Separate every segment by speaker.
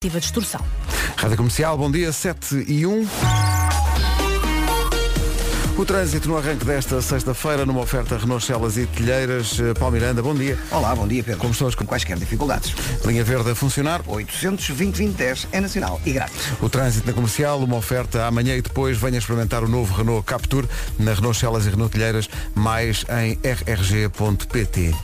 Speaker 1: Tive a distorção.
Speaker 2: Rádio Comercial, bom dia, 7 e 1. O trânsito no arranque desta sexta-feira, numa oferta Renault Celas e Telheiras. Eh, Paulo Miranda, bom dia.
Speaker 3: Olá, bom dia Pedro.
Speaker 2: Como estão as
Speaker 3: Com quaisquer dificuldades.
Speaker 2: Linha verde a funcionar.
Speaker 3: 820-2010 é nacional e grátis.
Speaker 2: O trânsito na comercial, uma oferta amanhã e depois venha experimentar o novo Renault Captur na Renault Celas e Renault Telheiras, mais em rrg.pt.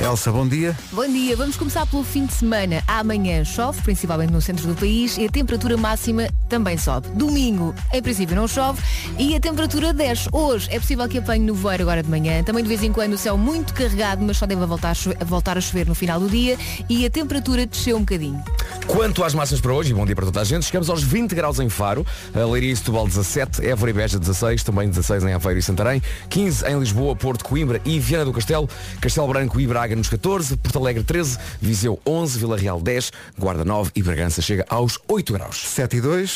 Speaker 2: Elsa, bom dia.
Speaker 1: Bom dia, vamos começar pelo fim de semana. Amanhã chove, principalmente no centro do país, e a temperatura máxima também sobe. Domingo, em princípio, não chove e a temperatura desce. Hoje é possível que apanhe nevoeiro agora de manhã. Também de vez em quando o céu muito carregado, mas só deve voltar a chover, voltar a chover no final do dia e a temperatura desceu um bocadinho.
Speaker 4: Quanto às massas para hoje, e bom dia para toda a gente, chegamos aos 20 graus em Faro, a Leiria e Setúbal 17, Évora e Beja 16, também 16 em Aveiro e Santarém, 15 em Lisboa, Porto, Coimbra e Viana do Castelo, Castelo Branco e Braga nos 14, Porto Alegre 13, Viseu 11, Vila Real 10, Guarda 9 e Bragança chega aos 8 graus.
Speaker 2: 7 e 2.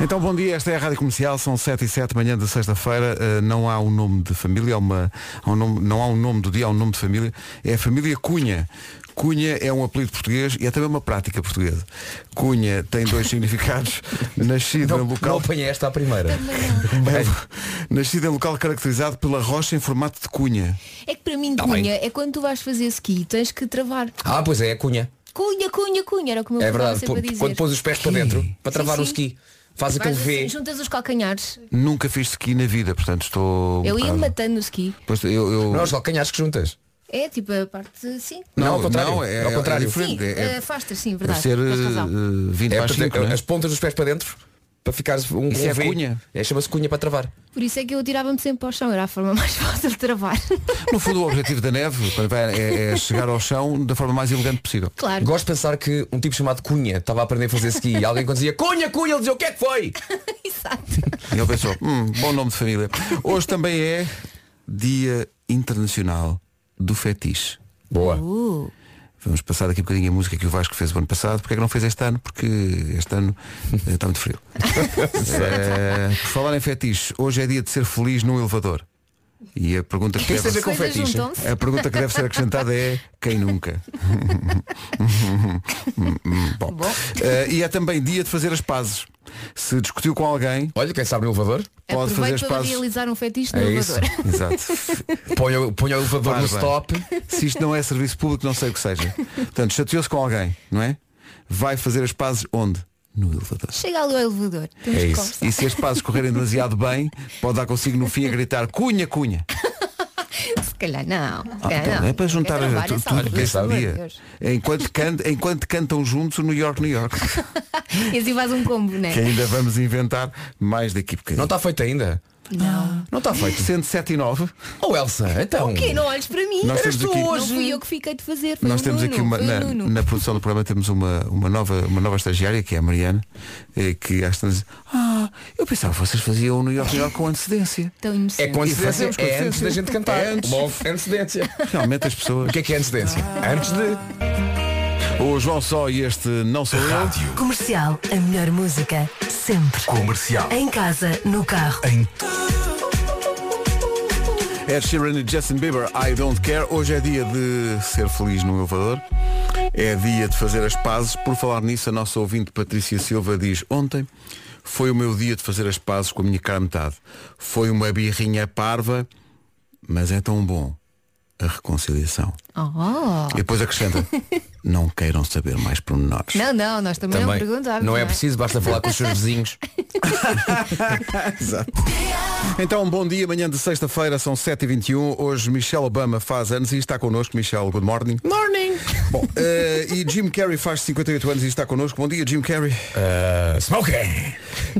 Speaker 2: Então, bom dia, esta é a Rádio Comercial, são 7 e 7, manhã de sexta-feira, eh, não há um nome de família, há uma, há um nome- não há um nome do dia, há um nome de família, é a família Cunha. Cunha é um apelido português e é também uma prática portuguesa. Cunha tem dois significados, nascido em local... É,
Speaker 4: apanhei esta à primeira.
Speaker 2: Nascido em local caracterizado pela rocha em formato de cunha.
Speaker 1: É que para mim,
Speaker 4: Tá
Speaker 1: cunha,
Speaker 4: bem.
Speaker 1: é quando tu vais fazer ski, tens que travar.
Speaker 4: Ah, pois é, é cunha.
Speaker 1: Cunha, cunha, cunha, era o que o meu pai
Speaker 4: É
Speaker 1: estava
Speaker 4: verdade,
Speaker 1: sempre a
Speaker 4: pô-
Speaker 1: dizer.
Speaker 4: quando pôs os pés para dentro, para travar
Speaker 1: sim.
Speaker 4: o ski, faz aquele
Speaker 1: Vais assim,
Speaker 4: V.
Speaker 1: juntas os calcanhares.
Speaker 2: Nunca fiz ski na vida, portanto estou... um
Speaker 1: Eu ia
Speaker 2: bocado-
Speaker 1: matando o ski.
Speaker 2: Pois, eu- eu-
Speaker 4: Não, os calcanhares que juntas.
Speaker 1: É tipo a parte sim.
Speaker 4: Não,
Speaker 2: Não,
Speaker 4: ao contrário.
Speaker 2: não, é-
Speaker 4: ao contrário.
Speaker 2: é diferente.
Speaker 1: Sim, eh, afastas, sim,
Speaker 2: Deve
Speaker 1: verdade.
Speaker 2: ser
Speaker 1: tens
Speaker 2: eh,
Speaker 1: razão.
Speaker 2: 20
Speaker 4: É,
Speaker 2: mais
Speaker 4: portanto,
Speaker 2: 5, não é?
Speaker 4: as pontas dos pés para dentro, para ficares um,
Speaker 2: Isso
Speaker 4: um
Speaker 2: é
Speaker 4: V.
Speaker 2: cunha.
Speaker 4: É, chama-se cunha para travar.
Speaker 1: Por isso é que eu atirava-me sempre para o chão, era a forma mais fácil de travar.
Speaker 2: No fundo, o objetivo da neve quando vai, é, é chegar ao chão da forma mais elegante possível.
Speaker 1: claro.
Speaker 4: Gosto de pensar que um tipo chamado Cunha estava a aprender a fazer ski e alguém quando dizia Cunha, Cunha, ele dizia o que é que foi?
Speaker 1: Exato.
Speaker 2: E ele pensou, hum, bom nome de família. Hoje também é Dia Internacional do Fetiche.
Speaker 4: Boa.
Speaker 2: Uhum.
Speaker 1: Uh,
Speaker 2: Vamos passar daqui um bocadinho a música que o Vasco fez o ano passado. Porquê é que não fez este ano? Porque este ano eh, está muito frio. Eh, por falar em fetiche, hoje é dia de ser feliz num elevador. E a pergunta que
Speaker 4: Isso tem
Speaker 2: deve-
Speaker 4: a ver com
Speaker 1: coisas
Speaker 4: fetiche.
Speaker 1: juntam-se.
Speaker 2: A pergunta que deve ser acrescentada é quem nunca? Bom.
Speaker 1: Bom.
Speaker 2: Eh, e é também dia de fazer as pazes. Se discutiu com alguém,
Speaker 4: Olha, quem sabe no elevador?
Speaker 2: pode fazer
Speaker 1: Aproveito
Speaker 2: as
Speaker 1: para
Speaker 2: pazes.
Speaker 1: realizar um fetiche no
Speaker 4: É isso.
Speaker 1: elevador.
Speaker 2: Exato.
Speaker 4: Põe, o- põe o elevador
Speaker 2: Claro,
Speaker 4: no
Speaker 2: bem.
Speaker 4: stop.
Speaker 2: Se isto não é serviço público, não sei o que seja. Portanto, chateou-se com alguém, não é? Vai fazer as pazes onde? No elevador.
Speaker 1: Chega ali ao elevador. Temos
Speaker 4: É
Speaker 1: que
Speaker 4: isso.
Speaker 1: conversar.
Speaker 2: E se as pazes correrem demasiado bem, pode dar consigo no fim a gritar cunha, cunha.
Speaker 1: Se calhar não. Se
Speaker 2: Ah,
Speaker 1: calhar
Speaker 2: então,
Speaker 1: não.
Speaker 2: é para juntar
Speaker 1: é
Speaker 2: a
Speaker 1: trabalho,
Speaker 2: tu-
Speaker 1: é
Speaker 2: tudo
Speaker 1: salvo,
Speaker 2: neste
Speaker 1: pelo amor de
Speaker 2: dia.
Speaker 1: Deus.
Speaker 2: Enquanto, can- enquanto cantam juntos o New York, New York.
Speaker 1: E assim faz um combo, não
Speaker 2: Que
Speaker 1: é?
Speaker 2: ainda vamos inventar mais daqui a
Speaker 4: Não
Speaker 2: bocadinho.
Speaker 4: está feito ainda.
Speaker 1: Não.
Speaker 2: tá-
Speaker 4: Não está feito.
Speaker 2: 107 e 9.
Speaker 4: Ou Elsa, então.
Speaker 1: O quê? Não olhes para mim?
Speaker 2: Nós
Speaker 1: Eras
Speaker 2: temos
Speaker 1: tu
Speaker 2: aqui-
Speaker 1: Não fui eu que fiquei de fazer. Foi
Speaker 2: Nós
Speaker 1: o
Speaker 2: temos
Speaker 1: Nuno,
Speaker 2: aqui uma.
Speaker 1: foi um o
Speaker 2: Na,
Speaker 1: Nuno.
Speaker 2: na produção do programa temos uma, uma, nova, uma nova estagiária, que é a Mariana, eh, que às tantas. Ah, eu pensava que vocês faziam o New York, New York com antecedência.
Speaker 1: Tão
Speaker 4: É
Speaker 1: inocente.
Speaker 4: com antecedência.
Speaker 2: fazemos com
Speaker 4: É antes
Speaker 2: antecedência.
Speaker 4: da gente cantar.
Speaker 2: É antes.
Speaker 4: Logo, antecedência.
Speaker 2: Realmente as pessoas.
Speaker 4: O que é que é antecedência? Antes de.
Speaker 2: O João Só e este Não Sou Eu.
Speaker 5: Comercial, a melhor música, sempre.
Speaker 6: Comercial.
Speaker 5: Em casa, no carro.
Speaker 2: Ed Sheeran e Justin Bieber, I Don't Care. Hoje é dia de ser feliz no elevador. É dia de fazer as pazes. Por falar nisso, a nossa ouvinte Patrícia Silva diz Ontem foi o meu dia de fazer as pazes com a minha cara metade. Foi uma birrinha parva, mas é tão bom a reconciliação.
Speaker 1: Oh.
Speaker 2: E depois acrescenta Não queiram saber mais pormenores.
Speaker 1: Não, não, nós também, não perguntávamos.
Speaker 4: não é preciso, basta falar com os seus vizinhos.
Speaker 2: Exato. Então, bom dia. Manhã de sexta-feira são 7h21. Hoje Michelle Obama faz anos e está connosco. Michelle, good morning.
Speaker 4: Morning.
Speaker 2: Bom, eh, e Jim Carrey faz 58 anos e está connosco. Bom dia, Jim Carrey.
Speaker 4: Ah, smoking.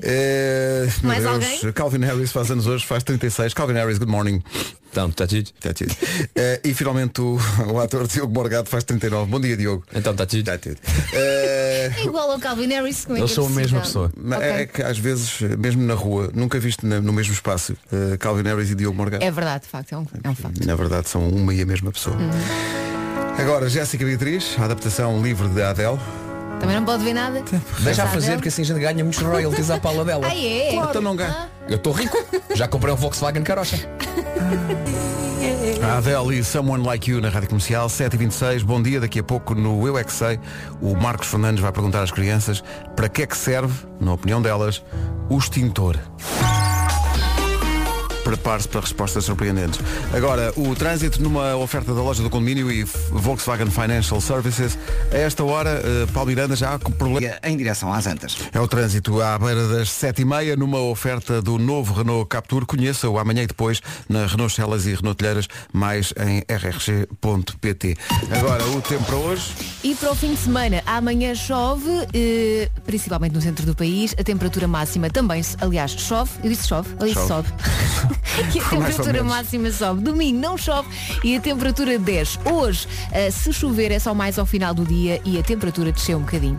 Speaker 2: Eh, meu
Speaker 1: Mais
Speaker 2: Deus,
Speaker 1: alguém?
Speaker 2: Calvin Harris faz anos hoje, faz 36. Calvin Harris, good morning.
Speaker 4: Então,
Speaker 2: tá
Speaker 4: está tudo.
Speaker 2: That's it. Eh, e finalmente o, o ator Diogo Morgado faz 39. Bom dia, Diogo.
Speaker 4: Então, está tudo.
Speaker 2: That's it. Eh,
Speaker 1: É igual ao Calvin Harris. como é
Speaker 4: Eles
Speaker 1: que é
Speaker 4: são a mesma
Speaker 1: possível?
Speaker 4: pessoa.
Speaker 2: na- É
Speaker 1: Ok.
Speaker 2: que às vezes, mesmo na rua, nunca viste na- no mesmo espaço eh, Calvin Harris e Diogo Morgado.
Speaker 1: É verdade, de facto, é um, é um facto.
Speaker 2: Na verdade são uma e a mesma pessoa. Agora, Jéssica Beatriz, a adaptação livre de Adele.
Speaker 1: Também não pode ver nada.
Speaker 4: Deixa a
Speaker 1: Sabe?
Speaker 4: fazer, porque assim a gente ganha muitos royalties à pala dela.
Speaker 1: Ah, é?
Speaker 2: Então não ganha.
Speaker 4: Eu estou rico. Já comprei um Volkswagen Carocha.
Speaker 2: A Adele e Someone Like You na Rádio Comercial, 7h26, bom dia, daqui a pouco no Eu É Que Sei, o Marcos Fernandes vai perguntar às crianças para que é que serve, na opinião delas, o extintor. Prepare-se para respostas surpreendentes. Agora, o trânsito numa oferta da loja do condomínio e Volkswagen Financial Services. A esta hora, eh, Paulo Miranda já há problema.
Speaker 3: Em direção às Antas.
Speaker 2: É o trânsito à beira das 7h30 numa oferta do novo Renault Captur. Conheça-o amanhã e depois na Renault Celas e Renault Telheiras, mais em rrg.pt. Agora, o tempo para hoje.
Speaker 1: E para o fim de semana, amanhã chove, eh, principalmente no centro do país, a temperatura máxima também, se- aliás, chove, eu disse chove, eu disse
Speaker 2: Chove.
Speaker 1: sobe. e a
Speaker 2: ou
Speaker 1: temperatura
Speaker 2: menos.
Speaker 1: máxima sobe. Domingo não chove e a temperatura desce. Hoje, eh, se chover, é só mais ao final do dia e a temperatura desceu um bocadinho.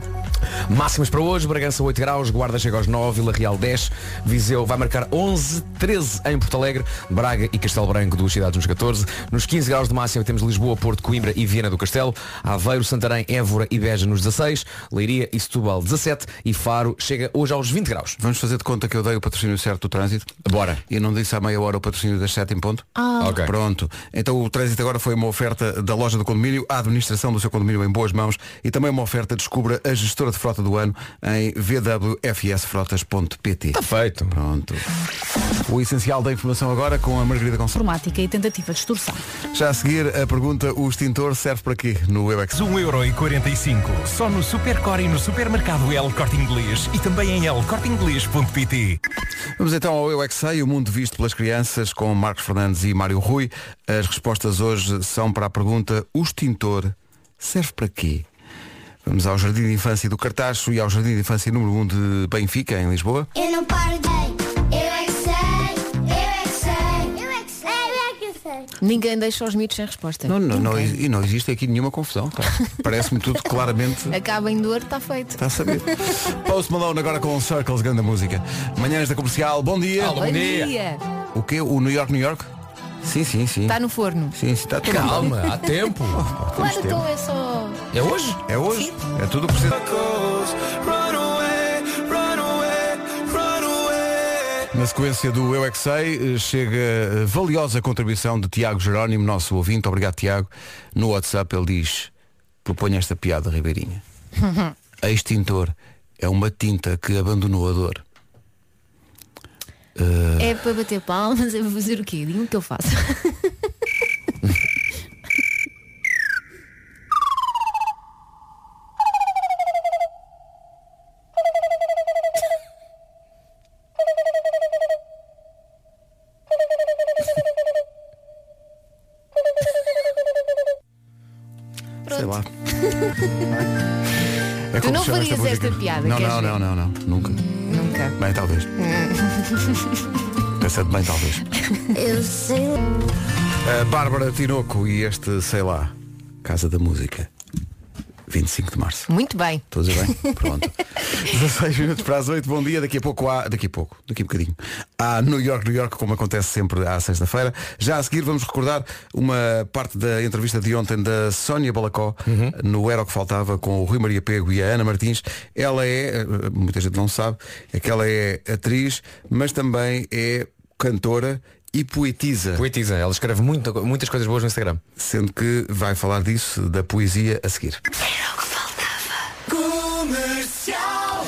Speaker 7: Máximas para hoje, Bragança 8 graus, Guarda chega aos 9, Vila Real 10, Viseu vai marcar 11, 13 em Porto Alegre, Braga e Castelo Branco, duas cidades nos 14. Nos 15 graus de máxima temos Lisboa, Porto, Coimbra e Viana do Castelo, Aveiro, Santarém, Évora e Beja nos 16, Leiria e Setúbal 17 e Faro chega hoje aos 20 graus.
Speaker 2: Vamos fazer de conta que eu dei o patrocínio certo do trânsito.
Speaker 7: Bora.
Speaker 2: E não disse há meia hora o patrocínio das 7 em ponto.
Speaker 1: Ah.
Speaker 7: Ok.
Speaker 2: Pronto. Então o trânsito agora foi uma oferta da loja do condomínio, a administração do seu condomínio em boas mãos e também uma oferta descubra a gestora de frota do ano em vwfsfrotas.pt.
Speaker 7: Está feito.
Speaker 2: Pronto. O essencial da informação agora com a Margarida Gonçalves.
Speaker 6: Informática e tentativa de extorsão.
Speaker 2: Já a seguir a pergunta, o extintor serve para quê no É Webex?
Speaker 8: 1,45€ só no Supercore e no supermercado L Corte Inglês e também em lcorteinglês.pt.
Speaker 2: Vamos então ao Eu é Que Sei, o mundo visto pelas crianças, com Marcos Fernandes e Mário Rui. As respostas hoje são para a pergunta, o extintor serve para quê? Vamos ao Jardim de Infância do Cartacho e ao Jardim de Infância número 1 de Benfica, em Lisboa.
Speaker 9: Eu não paro de. Eu é que sei, eu é que sei, eu é que sei, eu é que sei.
Speaker 1: Ninguém deixa os mitos sem resposta.
Speaker 2: Não, não, não,
Speaker 1: Ninguém.
Speaker 2: e não existe aqui nenhuma confusão. tá? Parece-me tudo claramente
Speaker 1: Acaba em dor, está feito.
Speaker 2: Está a saber. Post Malone agora com Circles, grande música. Manhãs da comercial, bom dia.
Speaker 7: Alô. Bom dia.
Speaker 2: O quê? O New York, New York? Sim, sim, sim.
Speaker 1: Está Tá no forno.
Speaker 2: Sim, sim, está tudo.
Speaker 7: Calma, há tempo.
Speaker 2: Temos
Speaker 1: Claro,
Speaker 2: tempo.
Speaker 1: então é só.
Speaker 7: É hoje?
Speaker 2: É hoje. É tudo o que precisa. Na sequência do Eu é Que Sei, eh, chega eh, valiosa contribuição de Tiago Jerónimo, nosso ouvinte. Obrigado, Tiago. No WhatsApp ele diz, propõe esta piada, Ribeirinha. A extintor é uma tinta que abandonou a dor.
Speaker 1: É para bater palmas, é para fazer o quê? Diga-me o que eu faço.
Speaker 2: Sei lá. É
Speaker 1: Tu
Speaker 2: como
Speaker 1: não
Speaker 2: se chama
Speaker 1: farias
Speaker 2: música?
Speaker 1: esta piada,
Speaker 2: Não,
Speaker 1: queres
Speaker 2: não,
Speaker 1: ver?
Speaker 2: não, não, não. Nunca.
Speaker 1: Nunca.
Speaker 2: Bem, talvez. Pensando bem, talvez.
Speaker 9: Eu sei.
Speaker 2: A Bárbara Tinoco e este, sei lá, Casa da Música. 25 de Março.
Speaker 1: Muito bem.
Speaker 2: Estou a dizer bem? Pronto. 16 minutos para as 8, bom dia. Daqui a pouco há. Daqui a pouco, daqui a bocadinho. Há New York, New York, como acontece sempre à sexta-feira. Já a seguir vamos recordar uma parte da entrevista de ontem da Sónia Balacó no Era o que Faltava com o Rui Maria Pego e a Ana Martins. Ela é, eh, muita gente não sabe, é que ela é atriz, mas também é cantora e poetisa.
Speaker 7: Poetisa, ela escreve muita co- muitas coisas boas no Instagram.
Speaker 2: Sendo que vai falar disso, da poesia, a seguir.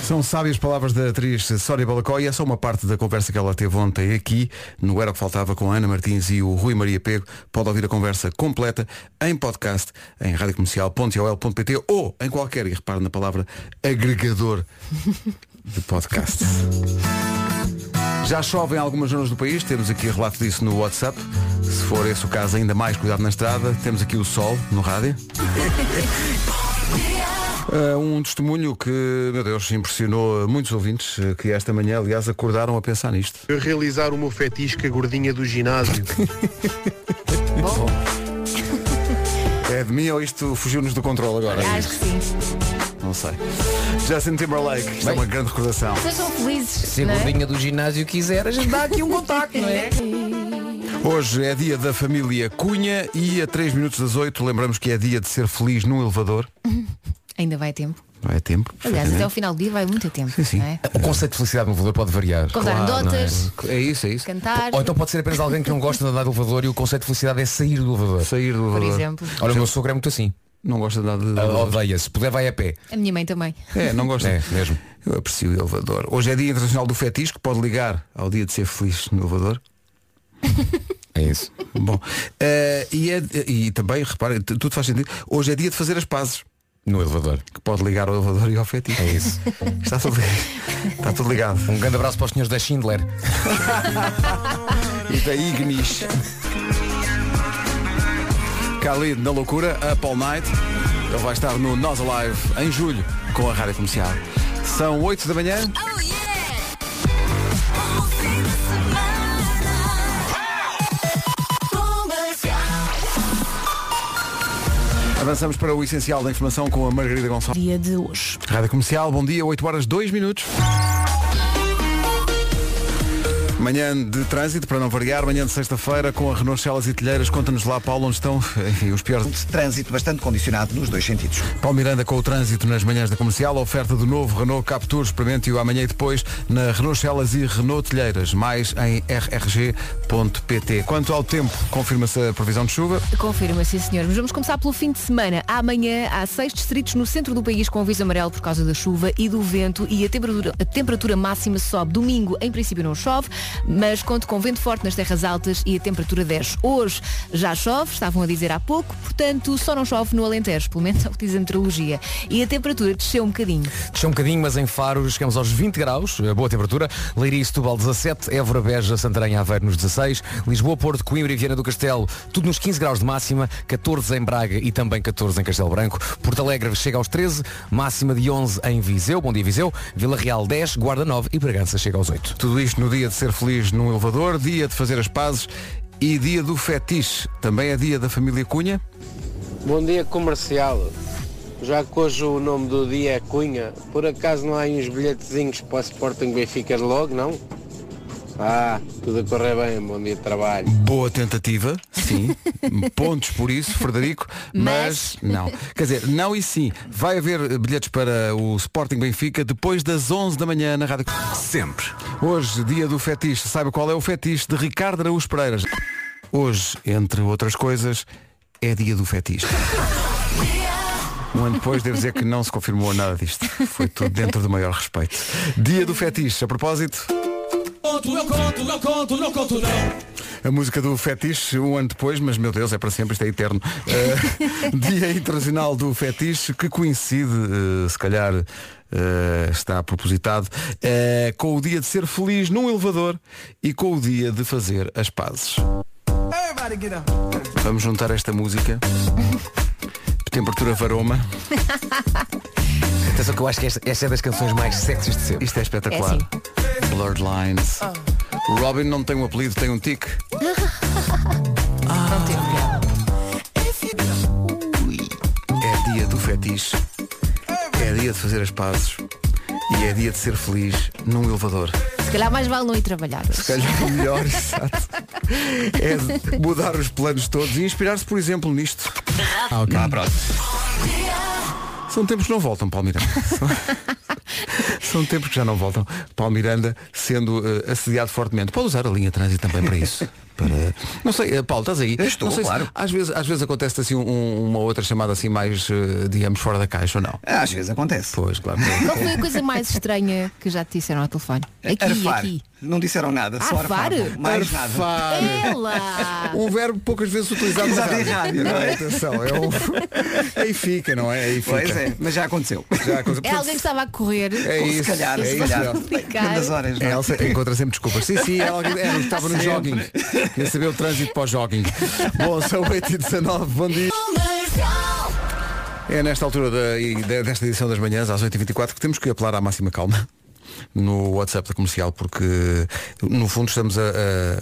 Speaker 2: São sábias palavras da atriz Sónia Balacó e é só uma parte da conversa que ela teve ontem aqui no Era o que Faltava com a Ana Martins e o Rui Maria Pego. Pode ouvir a conversa completa em podcast em radiocomercial.ol.pt ou em qualquer, e repare na palavra, agregador de podcast. Já chove em algumas zonas do país, temos aqui relato disso no WhatsApp. Se for esse o caso, ainda mais cuidado na estrada. Temos aqui o sol no rádio. Uh, um testemunho que, meu Deus, impressionou muitos ouvintes uh, que esta manhã, aliás, acordaram a pensar nisto.
Speaker 10: Eu realizar o meu fetisca gordinha do ginásio.
Speaker 2: É de mim ou isto fugiu-nos do controle agora?
Speaker 1: Acho que sim.
Speaker 2: Não sei. Justin Timberlake, isto é uma grande recordação.
Speaker 1: Sejam felizes.
Speaker 7: Se a
Speaker 1: não é?
Speaker 7: gordinha do ginásio quiser, a gente dá aqui um contacto, não é?
Speaker 2: Hoje é dia da família Cunha e a 3 minutos das 8 lembramos que é dia de ser feliz num elevador.
Speaker 1: Ainda vai tempo.
Speaker 2: Vai a é tempo.
Speaker 1: Aliás, até ao
Speaker 2: perfeitamente.
Speaker 1: final do dia vai muito a tempo.
Speaker 2: Sim, sim.
Speaker 1: não é?
Speaker 7: O conceito de felicidade no elevador pode variar.
Speaker 1: Contar
Speaker 7: não é?
Speaker 1: anedotas,
Speaker 2: É isso, é isso.
Speaker 1: cantar,
Speaker 7: Ou então pode ser apenas alguém que não gosta de andar de elevador e o conceito de felicidade é sair do elevador.
Speaker 2: Sair do
Speaker 1: por
Speaker 2: elevador.
Speaker 1: exemplo.
Speaker 7: Olha, o meu sogro é muito assim.
Speaker 2: Não gosta de nada de
Speaker 7: Ah,
Speaker 2: elevador.
Speaker 7: Odeia, se puder vai a pé.
Speaker 1: A minha mãe também.
Speaker 2: É, não gosta.
Speaker 7: É, mesmo.
Speaker 2: Eu aprecio o elevador. Hoje é dia internacional do fetiche, que pode ligar ao dia de ser feliz no elevador.
Speaker 7: É isso.
Speaker 2: Bom, eh, e, é- e também, reparem, tu- tudo faz sentido. Hoje é dia de fazer as pazes,
Speaker 7: No elevador.
Speaker 2: que pode ligar ao elevador e ao fetiche.
Speaker 7: É isso.
Speaker 2: Está tudo, está tudo ligado.
Speaker 7: Um grande abraço para os senhores da Schindler.
Speaker 2: E da Ignis. Khalid na loucura, Up All Night. Ele vai estar no Nós Alive em julho com a Rádio Comercial. São 8 da manhã. Avançamos para o essencial da informação com a Margarida Gonçalves.
Speaker 6: Dia de hoje.
Speaker 2: Rádio Comercial, bom dia, 8 horas 2 minutos. Manhã de trânsito, para não variar, manhã de sexta-feira com a Renault Celas e Telheiras. Conta-nos lá, Paulo, onde estão enfim, os piores.
Speaker 3: Trânsito bastante condicionado nos dois sentidos.
Speaker 2: Paulo Miranda com o trânsito nas manhãs da comercial, oferta do novo Renault Captur, experimente-o amanhã e depois na Renault Celas e Renault Telheiras, mais em rrg.pt. Quanto ao tempo, confirma-se a previsão de chuva.
Speaker 1: Confirma, sim senhor. Mas vamos começar pelo fim de semana. Amanhã há seis distritos no centro do país com aviso amarelo por causa da chuva e do vento e a temperatura, a temperatura máxima sobe. Domingo, em princípio, não chove, mas conto com vento forte nas terras altas e a temperatura desce. Hoje já chove, estavam a dizer há pouco, portanto só não chove no Alentejo, pelo menos é o que diz a meteorologia. E a temperatura desceu um bocadinho.
Speaker 7: Desceu um bocadinho, mas em Faro chegamos aos 20 graus, eh, boa temperatura. Leiria e Setúbal 17, Évora, Beja, Santarém e Aveiro nos 16, Lisboa, Porto, Coimbra e Viana do Castelo, tudo nos 15 graus de máxima, 14 em Braga e também 14 em Castelo Branco. Porto Alegre chega aos 13, máxima de 11 em Viseu, bom dia Viseu, Vila Real 10, Guarda 9 e Bragança chega aos 8.
Speaker 2: Tudo isto no dia de ser feliz num elevador, dia de fazer as pazes e dia do fetiche. Também é dia da família Cunha.
Speaker 11: Bom dia comercial. Já que hoje o nome do dia é Cunha, por acaso não há aí uns bilhetezinhos para o Sporting Benfica de logo, não? Ah, tudo a correr bem, bom dia de trabalho.
Speaker 2: Boa tentativa, sim. Pontos por isso, Frederico, mas, não. Quer dizer, não e sim. Vai haver eh, bilhetes para o Sporting Benfica depois das 11 da manhã na Rádio.
Speaker 8: Sempre.
Speaker 2: Hoje, dia do fetiche. Saiba qual é o fetiche de Ricardo Araújo Pereiras. Hoje, entre outras coisas, é dia do fetiche. Um ano depois, devo dizer que não se confirmou nada disto. Foi tudo dentro do maior respeito. Dia do fetiche. A propósito, a música do fetiche, um ano depois, mas meu Deus, é para sempre, isto é eterno. Eh, Dia Internacional do Fetiche, que coincide, eh, se calhar eh, está propositado, eh, com o dia de ser feliz num elevador e com o dia de fazer as pazes. Vamos juntar esta música. Temperatura varoma.
Speaker 7: Atenção que eu acho que esta, esta é das canções mais sexys de sempre.
Speaker 2: Isto é assim. espetacular.
Speaker 1: É
Speaker 2: Blurred Lines. Robin não tem um apelido, tem um tique. É dia do fetiche. É dia de fazer as pazes. E é dia de ser feliz num elevador.
Speaker 1: Se calhar mais vale não ir trabalhar. hoje.
Speaker 2: Se calhar o melhor, exato. É mudar os planos todos e inspirar-se, por exemplo, nisto. Ah, ok. São tempos que não voltam, Paulo Miranda. São- São tempos que já não voltam. Paulo Miranda sendo eh, assediado fortemente. Pode usar a linha de trânsito também para isso. Para... Não sei, eh, Paulo, estás aí?
Speaker 3: Estou,
Speaker 2: não sei se-
Speaker 3: claro.
Speaker 2: às, vezes, às vezes acontece assim um- uma outra chamada assim mais, eh, digamos, fora da caixa ou não?
Speaker 3: Às vezes acontece.
Speaker 2: Pois, claro.
Speaker 1: Qual foi a coisa mais estranha que já te disseram ao telefone? Aqui,
Speaker 3: arfar.
Speaker 1: aqui.
Speaker 3: Não disseram nada, só
Speaker 1: Arfar?
Speaker 3: arfar. Mais nada.
Speaker 2: Arfar.
Speaker 1: Ela!
Speaker 2: Um verbo poucas vezes utilizado na
Speaker 3: Utilizado em
Speaker 2: rádio.
Speaker 3: rádio, não é?
Speaker 2: Atenção, é um... Aí fica, não é? Aí fica.
Speaker 3: Pois é, mas já aconteceu.
Speaker 2: Já a coisa-
Speaker 1: É alguém que estava a correr.
Speaker 2: É
Speaker 3: Ou
Speaker 2: isso,
Speaker 3: se calhar,
Speaker 2: é
Speaker 3: se
Speaker 2: isso,
Speaker 3: calhar.
Speaker 2: já.
Speaker 1: Ficar.
Speaker 3: Tantas horas,
Speaker 2: A
Speaker 3: não é?
Speaker 2: Elsa encontra sempre desculpas. Sim, sim, ela, ela estava no jogging. Queria saber o trânsito para o jogging. Bom, são 8 e 19 bom dia. É nesta altura da- e de- desta edição das manhãs, às 8h24, que temos que apelar à máxima calma no WhatsApp da comercial, porque no fundo estamos a,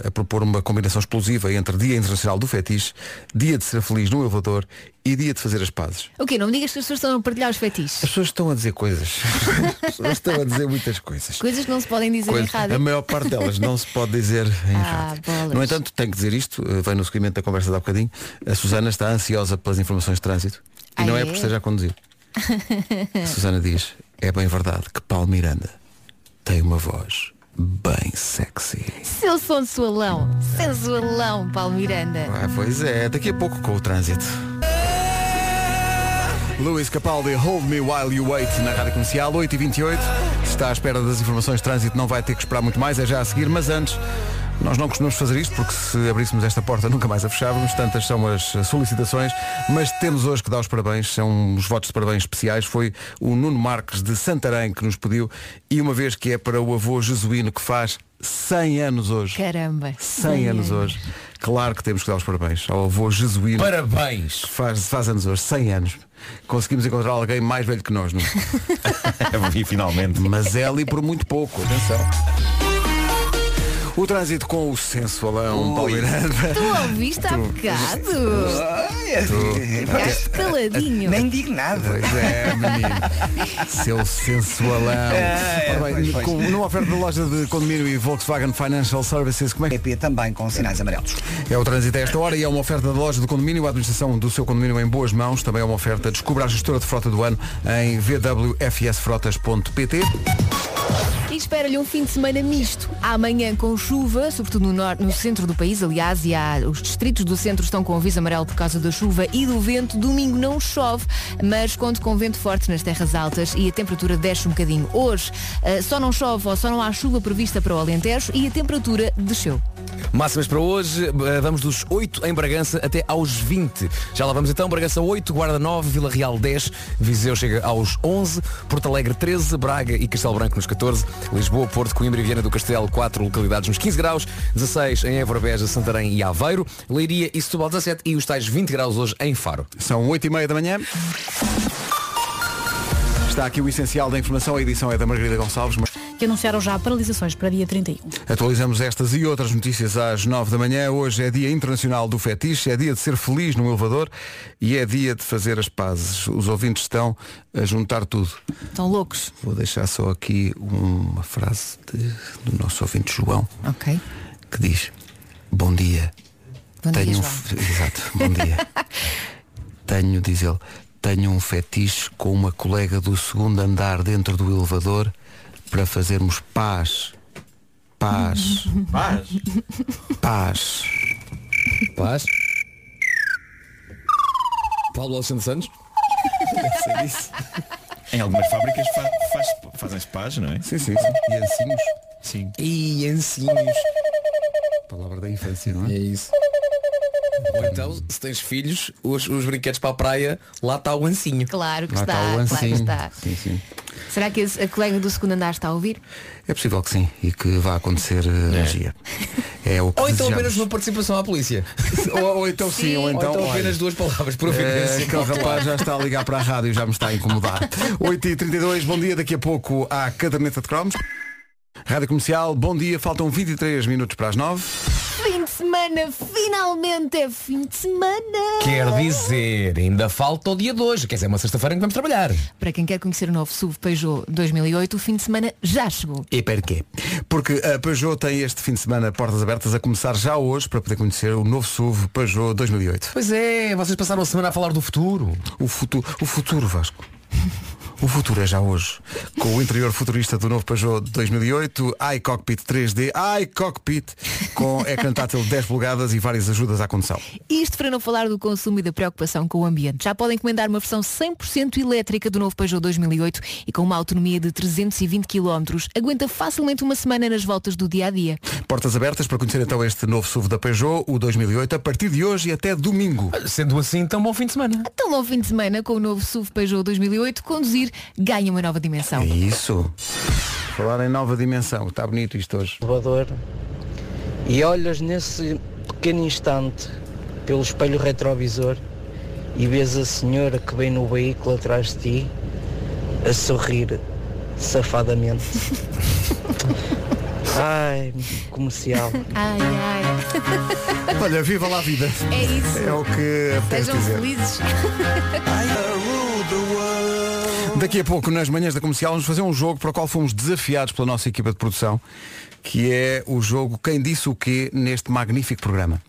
Speaker 2: a- a propor uma combinação explosiva entre Dia Internacional do Fetiche, Dia de Ser Feliz no Elevador e Dia de Fazer as Pazes.
Speaker 1: O quê? Não me digas que as pessoas estão a partilhar os fetiches.
Speaker 2: As pessoas estão a dizer coisas. As pessoas estão a dizer muitas coisas.
Speaker 1: Coisas que não se podem dizer
Speaker 2: Coisa-
Speaker 1: em rádio.
Speaker 2: A maior parte delas não se pode dizer em
Speaker 1: Ah,
Speaker 2: rádio.
Speaker 1: bolas.
Speaker 2: No entanto, tenho que dizer isto, eh, vem no seguimento da conversa de há bocadinho. A Susana está ansiosa pelas informações de trânsito. E
Speaker 1: Ah,
Speaker 2: não é
Speaker 1: é?
Speaker 2: porque esteja a conduzir. Susana diz, é bem verdade que Paulo Miranda tem uma voz bem sexy.
Speaker 1: Seu sensualão, sensualão, Paulo Miranda.
Speaker 2: Ah, pois é, daqui a pouco com o trânsito. Luís Capaldi, Hold Me While You Wait na Rádio Comercial, 8h28. Se está à espera das informações de trânsito, não vai ter que esperar muito mais, é já a seguir, mas antes. Nós não costumamos fazer isto porque se abríssemos esta porta nunca mais a fechávamos, tantas são as eh, solicitações, mas temos hoje que dar os parabéns, são os votos de parabéns especiais, foi o Nuno Marques de Santarém que nos pediu e uma vez que é para o avô jesuíno que faz 100 anos hoje.
Speaker 1: Caramba.
Speaker 2: 100 anos hoje. Claro que temos que dar os parabéns ao avô jesuíno
Speaker 4: Parabéns!
Speaker 2: que faz, faz anos hoje, 100 anos. Conseguimos encontrar alguém mais velho que nós, não? é?
Speaker 12: E finalmente.
Speaker 2: mas é ali por muito pouco, atenção. O trânsito com o sensualão, Paulo Miranda.
Speaker 1: Tu ouviste há bocado? Ficaste caladinho.
Speaker 3: é assim. Nem digo nada.
Speaker 2: Pois é, menino. Seu sensualão.
Speaker 3: É,
Speaker 2: Ora bem,
Speaker 3: pois, pois.
Speaker 2: com- numa oferta da loja de condomínio e Volkswagen Financial Services, como é que
Speaker 3: EP também com sinais amarelos.
Speaker 2: É o trânsito a esta hora e é uma oferta da loja do condomínio, a administração do seu condomínio em boas mãos. Também é uma oferta. Descubra a gestora de frota do ano em vwfsfrotas.pt.
Speaker 1: E espero-lhe um fim de semana misto. Amanhã com chuva, sobretudo no, norte, no centro do país, aliás, e há, os distritos do centro estão com aviso amarelo por causa da chuva e do vento. Domingo não chove, mas conto com vento forte nas terras altas e a temperatura desce um bocadinho. Hoje eh, só não chove ou só não há chuva prevista para o Alentejo e a temperatura desceu.
Speaker 4: Máximas para hoje, eh, vamos dos 8 em Bragança até aos 20. Já lá vamos então, Bragança 8, Guarda 9, Vila Real 10, Viseu chega aos 11, Porto Alegre 13, Braga e Castelo Branco nos 14, Lisboa, Porto, Coimbra e Viana do Castelo 4 localidades nos 15 graus, 16 em Évora, Beja, Santarém e Aveiro, Leiria e Setúbal 17 e os tais 20 graus hoje em Faro.
Speaker 2: São 8 e meia da manhã. Está aqui o essencial da informação. A edição é da Margarida Gonçalves. mas
Speaker 5: que anunciaram já paralisações para dia 31.
Speaker 2: Atualizamos estas e outras notícias às 9 da manhã. Hoje é Dia Internacional do Fetiche, é dia de ser feliz no elevador e é dia de fazer as pazes. Os ouvintes estão a juntar tudo.
Speaker 1: Estão loucos?
Speaker 2: Vou deixar só aqui uma frase de- do nosso ouvinte João,
Speaker 1: Ok.
Speaker 2: que diz Bom dia.
Speaker 1: Bom dia,
Speaker 2: tenho um
Speaker 1: João.
Speaker 2: fe- Exato, bom dia. tenho, diz ele, tenho um fetiche com uma colega do segundo andar dentro do elevador para fazermos paz. Paz. Paz.
Speaker 4: Paz. Paulo Alexandre Santos.
Speaker 12: Em algumas fábricas fa- faz- fazem-se paz, não é?
Speaker 2: Sim, sim, sim. E assim, ancinhos.
Speaker 12: Sim.
Speaker 4: E ancinhos.
Speaker 2: Palavra da infância, não é?
Speaker 4: isso. Ou então, se tens filhos, os, os brinquedos para a praia, lá está o ancinho.
Speaker 1: Claro que
Speaker 2: Lá
Speaker 1: está,
Speaker 2: está o
Speaker 1: claro que
Speaker 2: ancinho.
Speaker 1: está.
Speaker 2: Sim, sim.
Speaker 1: Será que a colega do segundo andar está a ouvir?
Speaker 2: É possível que sim e que vá acontecer eh, um dia. É o que
Speaker 4: Ou então
Speaker 2: desejamos.
Speaker 4: apenas uma participação à polícia.
Speaker 2: ou, ou então sim, ou então,
Speaker 4: Ou então
Speaker 2: olha,
Speaker 4: apenas duas palavras por
Speaker 2: eh, aquele rapaz já está a ligar para a rádio, já me está a incomodar. 8h32, bom dia, daqui a pouco à caderneta de cromos. Rádio Comercial, bom dia, faltam 23 minutos para as 9.
Speaker 1: Fim de semana, finalmente é fim de semana!
Speaker 4: Quer dizer, ainda falta o dia de hoje, quer dizer, é uma sexta-feira em que vamos trabalhar.
Speaker 1: Para quem quer conhecer o novo SUV Peugeot 2008, o fim de semana já chegou.
Speaker 2: E porquê? Porque a Peugeot tem este fim de semana portas abertas a começar já hoje para poder conhecer o novo SUV Peugeot 2008.
Speaker 4: Pois é, vocês passaram a semana a falar do futuro.
Speaker 2: O futuro, o futuro Vasco. O futuro é já hoje. Com o interior futurista do novo Peugeot 2008, iCockpit 3D, iCockpit, com ecrã tátil de 10 polegadas e várias ajudas à condução.
Speaker 1: Isto para não falar do consumo e da preocupação com o ambiente. Já podem encomendar uma versão 100% elétrica do novo Peugeot 2008 e com uma autonomia de 320 km, aguenta facilmente uma semana nas voltas do dia a dia.
Speaker 2: Portas abertas para conhecer então este novo SUV da Peugeot, o 2008, a partir de hoje e até domingo.
Speaker 4: Sendo assim, então bom fim de semana.
Speaker 1: Então, ao fim de semana, com o novo SUV Peugeot 2008, conduzir ganha uma nova dimensão.
Speaker 2: É isso. Falar em nova dimensão. Está bonito isto hoje.
Speaker 13: Salvador e olhas nesse pequeno instante pelo espelho retrovisor e vês a senhora que vem no veículo atrás de ti a sorrir safadamente. Ai, comercial.
Speaker 1: Ai, ai,
Speaker 2: Olha, viva lá a vida.
Speaker 1: é isso.
Speaker 2: É o que apetece
Speaker 1: Sejam
Speaker 2: dizer.
Speaker 1: felizes.
Speaker 2: Daqui a pouco, nas manhãs da comercial, vamos fazer um jogo para o qual fomos desafiados pela nossa equipa de produção, que é o jogo Quem Disse o Quê neste magnífico programa.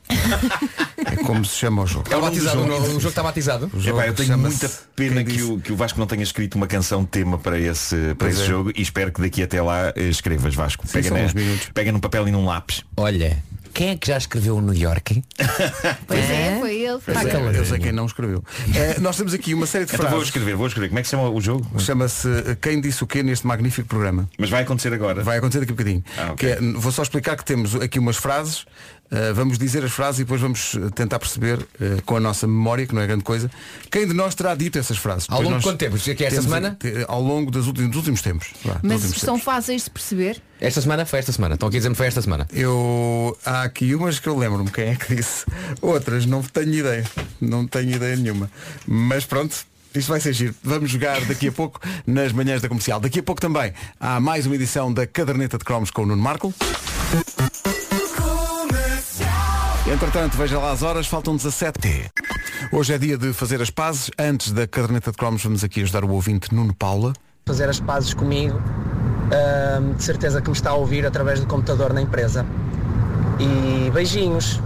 Speaker 2: É como se chama o jogo.
Speaker 7: É o batizado, o jogo, está batizado.
Speaker 2: O jogo
Speaker 12: Epá, eu tenho
Speaker 2: chama-se
Speaker 12: muita pena
Speaker 2: Quem
Speaker 12: que
Speaker 2: Disse.
Speaker 12: o, que o Vasco não tenha escrito uma canção tema para esse, para
Speaker 2: Pois
Speaker 12: esse
Speaker 2: é.
Speaker 12: jogo e espero que daqui até lá eh, escrevas, Vasco.
Speaker 2: Sim,
Speaker 12: Pega,
Speaker 2: são
Speaker 12: na-
Speaker 2: uns minutos. Então,
Speaker 12: pega num papel e num lápis.
Speaker 4: Olha, quem é que já escreveu o New York?
Speaker 1: Pois é, foi ele. Foi
Speaker 2: Pois é,
Speaker 1: ele.
Speaker 2: eu sei quem não escreveu. Eh, nós temos aqui uma série de
Speaker 12: Então vou
Speaker 2: frases.
Speaker 12: escrever, vou escrever. Como é que se chama o jogo?
Speaker 2: Chama-se eh, Quem Disse o Quê neste magnífico programa.
Speaker 12: Mas vai acontecer agora.
Speaker 2: Vai acontecer daqui a bocadinho.
Speaker 12: Ah, ok.
Speaker 2: Que é, vou só explicar que temos aqui umas frases, eh, vamos dizer as frases e depois vamos eh, tentar perceber eh, com a nossa memória, que não é grande coisa, quem de nós terá dito essas frases.
Speaker 4: Ao
Speaker 2: Depois
Speaker 4: longo
Speaker 2: nós
Speaker 4: de quanto tempo? Isto é que é esta
Speaker 2: temos-
Speaker 4: semana?
Speaker 2: te- Ao longo dos últimos, dos últimos tempos. Vá, dos
Speaker 1: Mas
Speaker 2: últimos
Speaker 1: são fáceis de perceber.
Speaker 4: Esta semana foi esta semana. Estão aqui a dizer-me que foi esta semana.
Speaker 2: Eu há aqui umas que eu lembro-me quem é que disse. Outras não tenho ideia. Não tenho ideia nenhuma. Mas pronto, isto vai ser giro. Vamos jogar daqui a pouco nas manhãs da comercial. Daqui a pouco também há mais uma edição da Caderneta de Cromos com o Nuno Marco. Entretanto, veja lá as horas, faltam 17. Hoje é dia de fazer as pazes. Antes da caderneta de cromos, vamos aqui ajudar o ouvinte Nuno Paula.
Speaker 14: fazer as pazes comigo, ahm, de certeza que me está a ouvir através do computador na empresa. E beijinhos.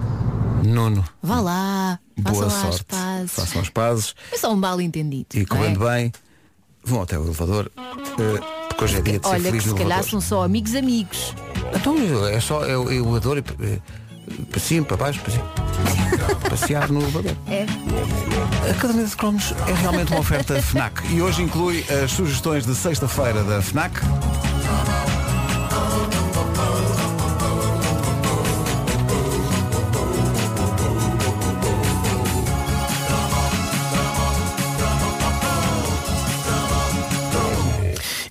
Speaker 2: Nuno,
Speaker 1: Vá lá, façam
Speaker 2: boa
Speaker 1: lá as
Speaker 2: sorte.
Speaker 1: pazes.
Speaker 2: Façam as pazes.
Speaker 1: É só um mal entendido.
Speaker 2: E
Speaker 1: não é?
Speaker 2: correndo bem, vão até o elevador, eh, porque hoje é dia de ser
Speaker 1: Olha, que
Speaker 2: feliz
Speaker 1: se
Speaker 2: no
Speaker 1: calhar
Speaker 2: elevador.
Speaker 1: são só amigos amigos.
Speaker 2: Então eu- é só eu, eu adoro eh, para cima, para baixo, para cima. Passear no elevador.
Speaker 1: É.
Speaker 2: A caderneta de cromos é realmente uma oferta FNAC e hoje inclui as sugestões de sexta-feira da FNAC.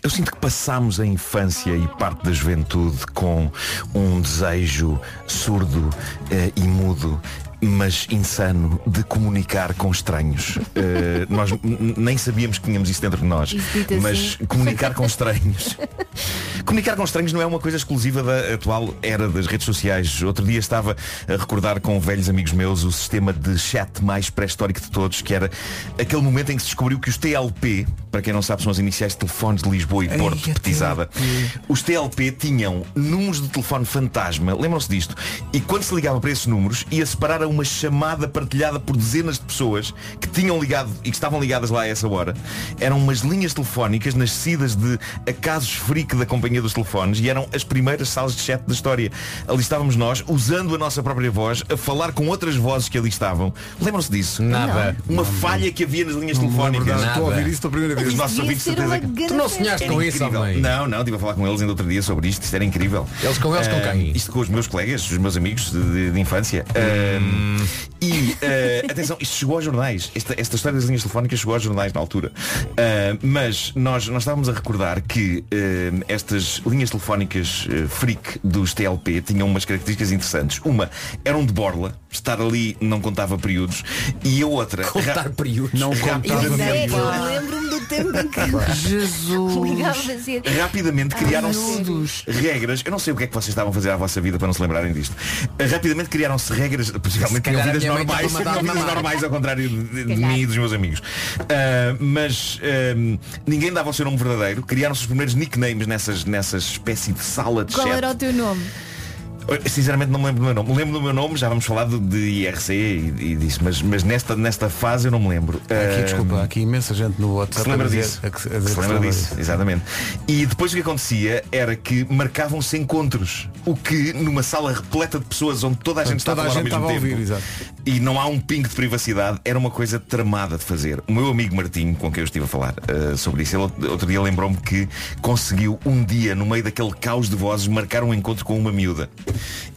Speaker 12: Eu sinto que passámos a infância e parte da juventude com um desejo surdo eh, e mudo mas insano de comunicar com estranhos. Eh, nós n- n- nem sabíamos que tínhamos isso dentro de nós.
Speaker 5: Isso dito assim.
Speaker 12: Mas comunicar com estranhos. Comunicar com estranhos não é uma coisa exclusiva da atual era das redes sociais. Outro dia estava a recordar com velhos amigos meus o sistema de chat mais pré-histórico de todos, que era aquele momento em que se descobriu que os TLP, para quem não sabe, são as iniciais de telefones de Lisboa e
Speaker 5: Ai,
Speaker 12: Porto,
Speaker 5: a
Speaker 12: petizada. Os TLP tinham números de telefone fantasma, lembram-se disto, e quando se ligava para esses números, ia separar a uma chamada partilhada por dezenas de pessoas que tinham ligado e que estavam ligadas lá a essa hora. Eram umas linhas telefónicas nascidas de acasos freak da companhia dos telefones e eram as primeiras salas de chat da história. Ali estávamos nós, usando a nossa própria voz, a falar com outras vozes que ali estavam. Lembram-se disso?
Speaker 4: Nada.
Speaker 12: Uma falha que havia nas linhas
Speaker 2: Não me lembro
Speaker 12: telefónicas.
Speaker 2: nada. Estou a ouvir isso pela primeira vez.
Speaker 12: Os nossos
Speaker 2: Devia
Speaker 12: ouvintes,
Speaker 2: ser
Speaker 12: certeza
Speaker 2: uma
Speaker 12: que-
Speaker 2: grande Tu não sonhaste
Speaker 12: Era
Speaker 2: com isso,
Speaker 12: incrível.
Speaker 2: homem?
Speaker 12: Não, não, estive a falar com eles ainda outro dia sobre isto, isto era incrível.
Speaker 4: Eles com eles, com
Speaker 12: Ah,
Speaker 4: quem?
Speaker 12: Isto com os meus colegas, os meus amigos de, de- de infância. Ah, E ah, atenção, isto chegou aos jornais. Esta, esta história das linhas telefónicas chegou aos jornais na altura. Ah, mas nós, nós estávamos a recordar que ah, estas linhas telefónicas ah, freak dos TLP tinham umas características interessantes. Uma, eram de borla, estar ali não contava períodos. E a outra. Contar
Speaker 4: períodos.
Speaker 12: Não
Speaker 1: Eu
Speaker 12: contava
Speaker 1: sei,
Speaker 12: períodos.
Speaker 1: eu lembro-me do tempo em que Jesus. ligava a dizer.
Speaker 12: Rapidamente
Speaker 1: "Ah,
Speaker 12: criaram-se
Speaker 1: miúdo."
Speaker 12: regras. Eu não sei o que é que vocês estavam a fazer à vossa vida para não se lembrarem disto. Rapidamente criaram-se regras, possivelmente
Speaker 5: Se
Speaker 12: tinham
Speaker 5: calhar
Speaker 12: vidas
Speaker 5: a minha mãe
Speaker 12: normais,
Speaker 5: estava a mandar
Speaker 12: tinham vidas
Speaker 5: mamar.
Speaker 12: normais ao contrário de, de
Speaker 5: Se calhar.
Speaker 12: mim e dos meus amigos. Ah, mas ah, ninguém dava o seu nome verdadeiro. Criaram-se os primeiros nicknames nessas, nessa espécie de sala de
Speaker 1: Qual
Speaker 12: chat.
Speaker 1: era o teu nome?
Speaker 12: Sinceramente não me lembro do meu nome. Lembro do meu nome, já vamos falar de, de IRC e, e disso, mas, mas nesta, nesta fase eu não me lembro.
Speaker 2: Aqui,
Speaker 12: Ah,
Speaker 2: desculpa, há aqui imensa gente no
Speaker 12: que
Speaker 2: WhatsApp
Speaker 12: se lembra
Speaker 2: a dizer-
Speaker 12: disso.
Speaker 2: a que- a dizer
Speaker 12: Que
Speaker 2: que
Speaker 12: se lembra disso, exatamente. E depois o que acontecia era que marcavam-se encontros, o que numa sala repleta de pessoas onde toda a gente
Speaker 2: Toda
Speaker 12: estava
Speaker 2: a
Speaker 12: a falar
Speaker 2: gente
Speaker 12: ao mesmo
Speaker 2: estava a
Speaker 12: tempo
Speaker 2: ouvir, exato.
Speaker 12: e não há um pingo de privacidade, era uma coisa tramada de fazer. O meu amigo Martinho, com quem eu estive a falar ah, sobre isso, ele outro dia lembrou-me que conseguiu um dia, no meio daquele caos de vozes, marcar um encontro com uma miúda.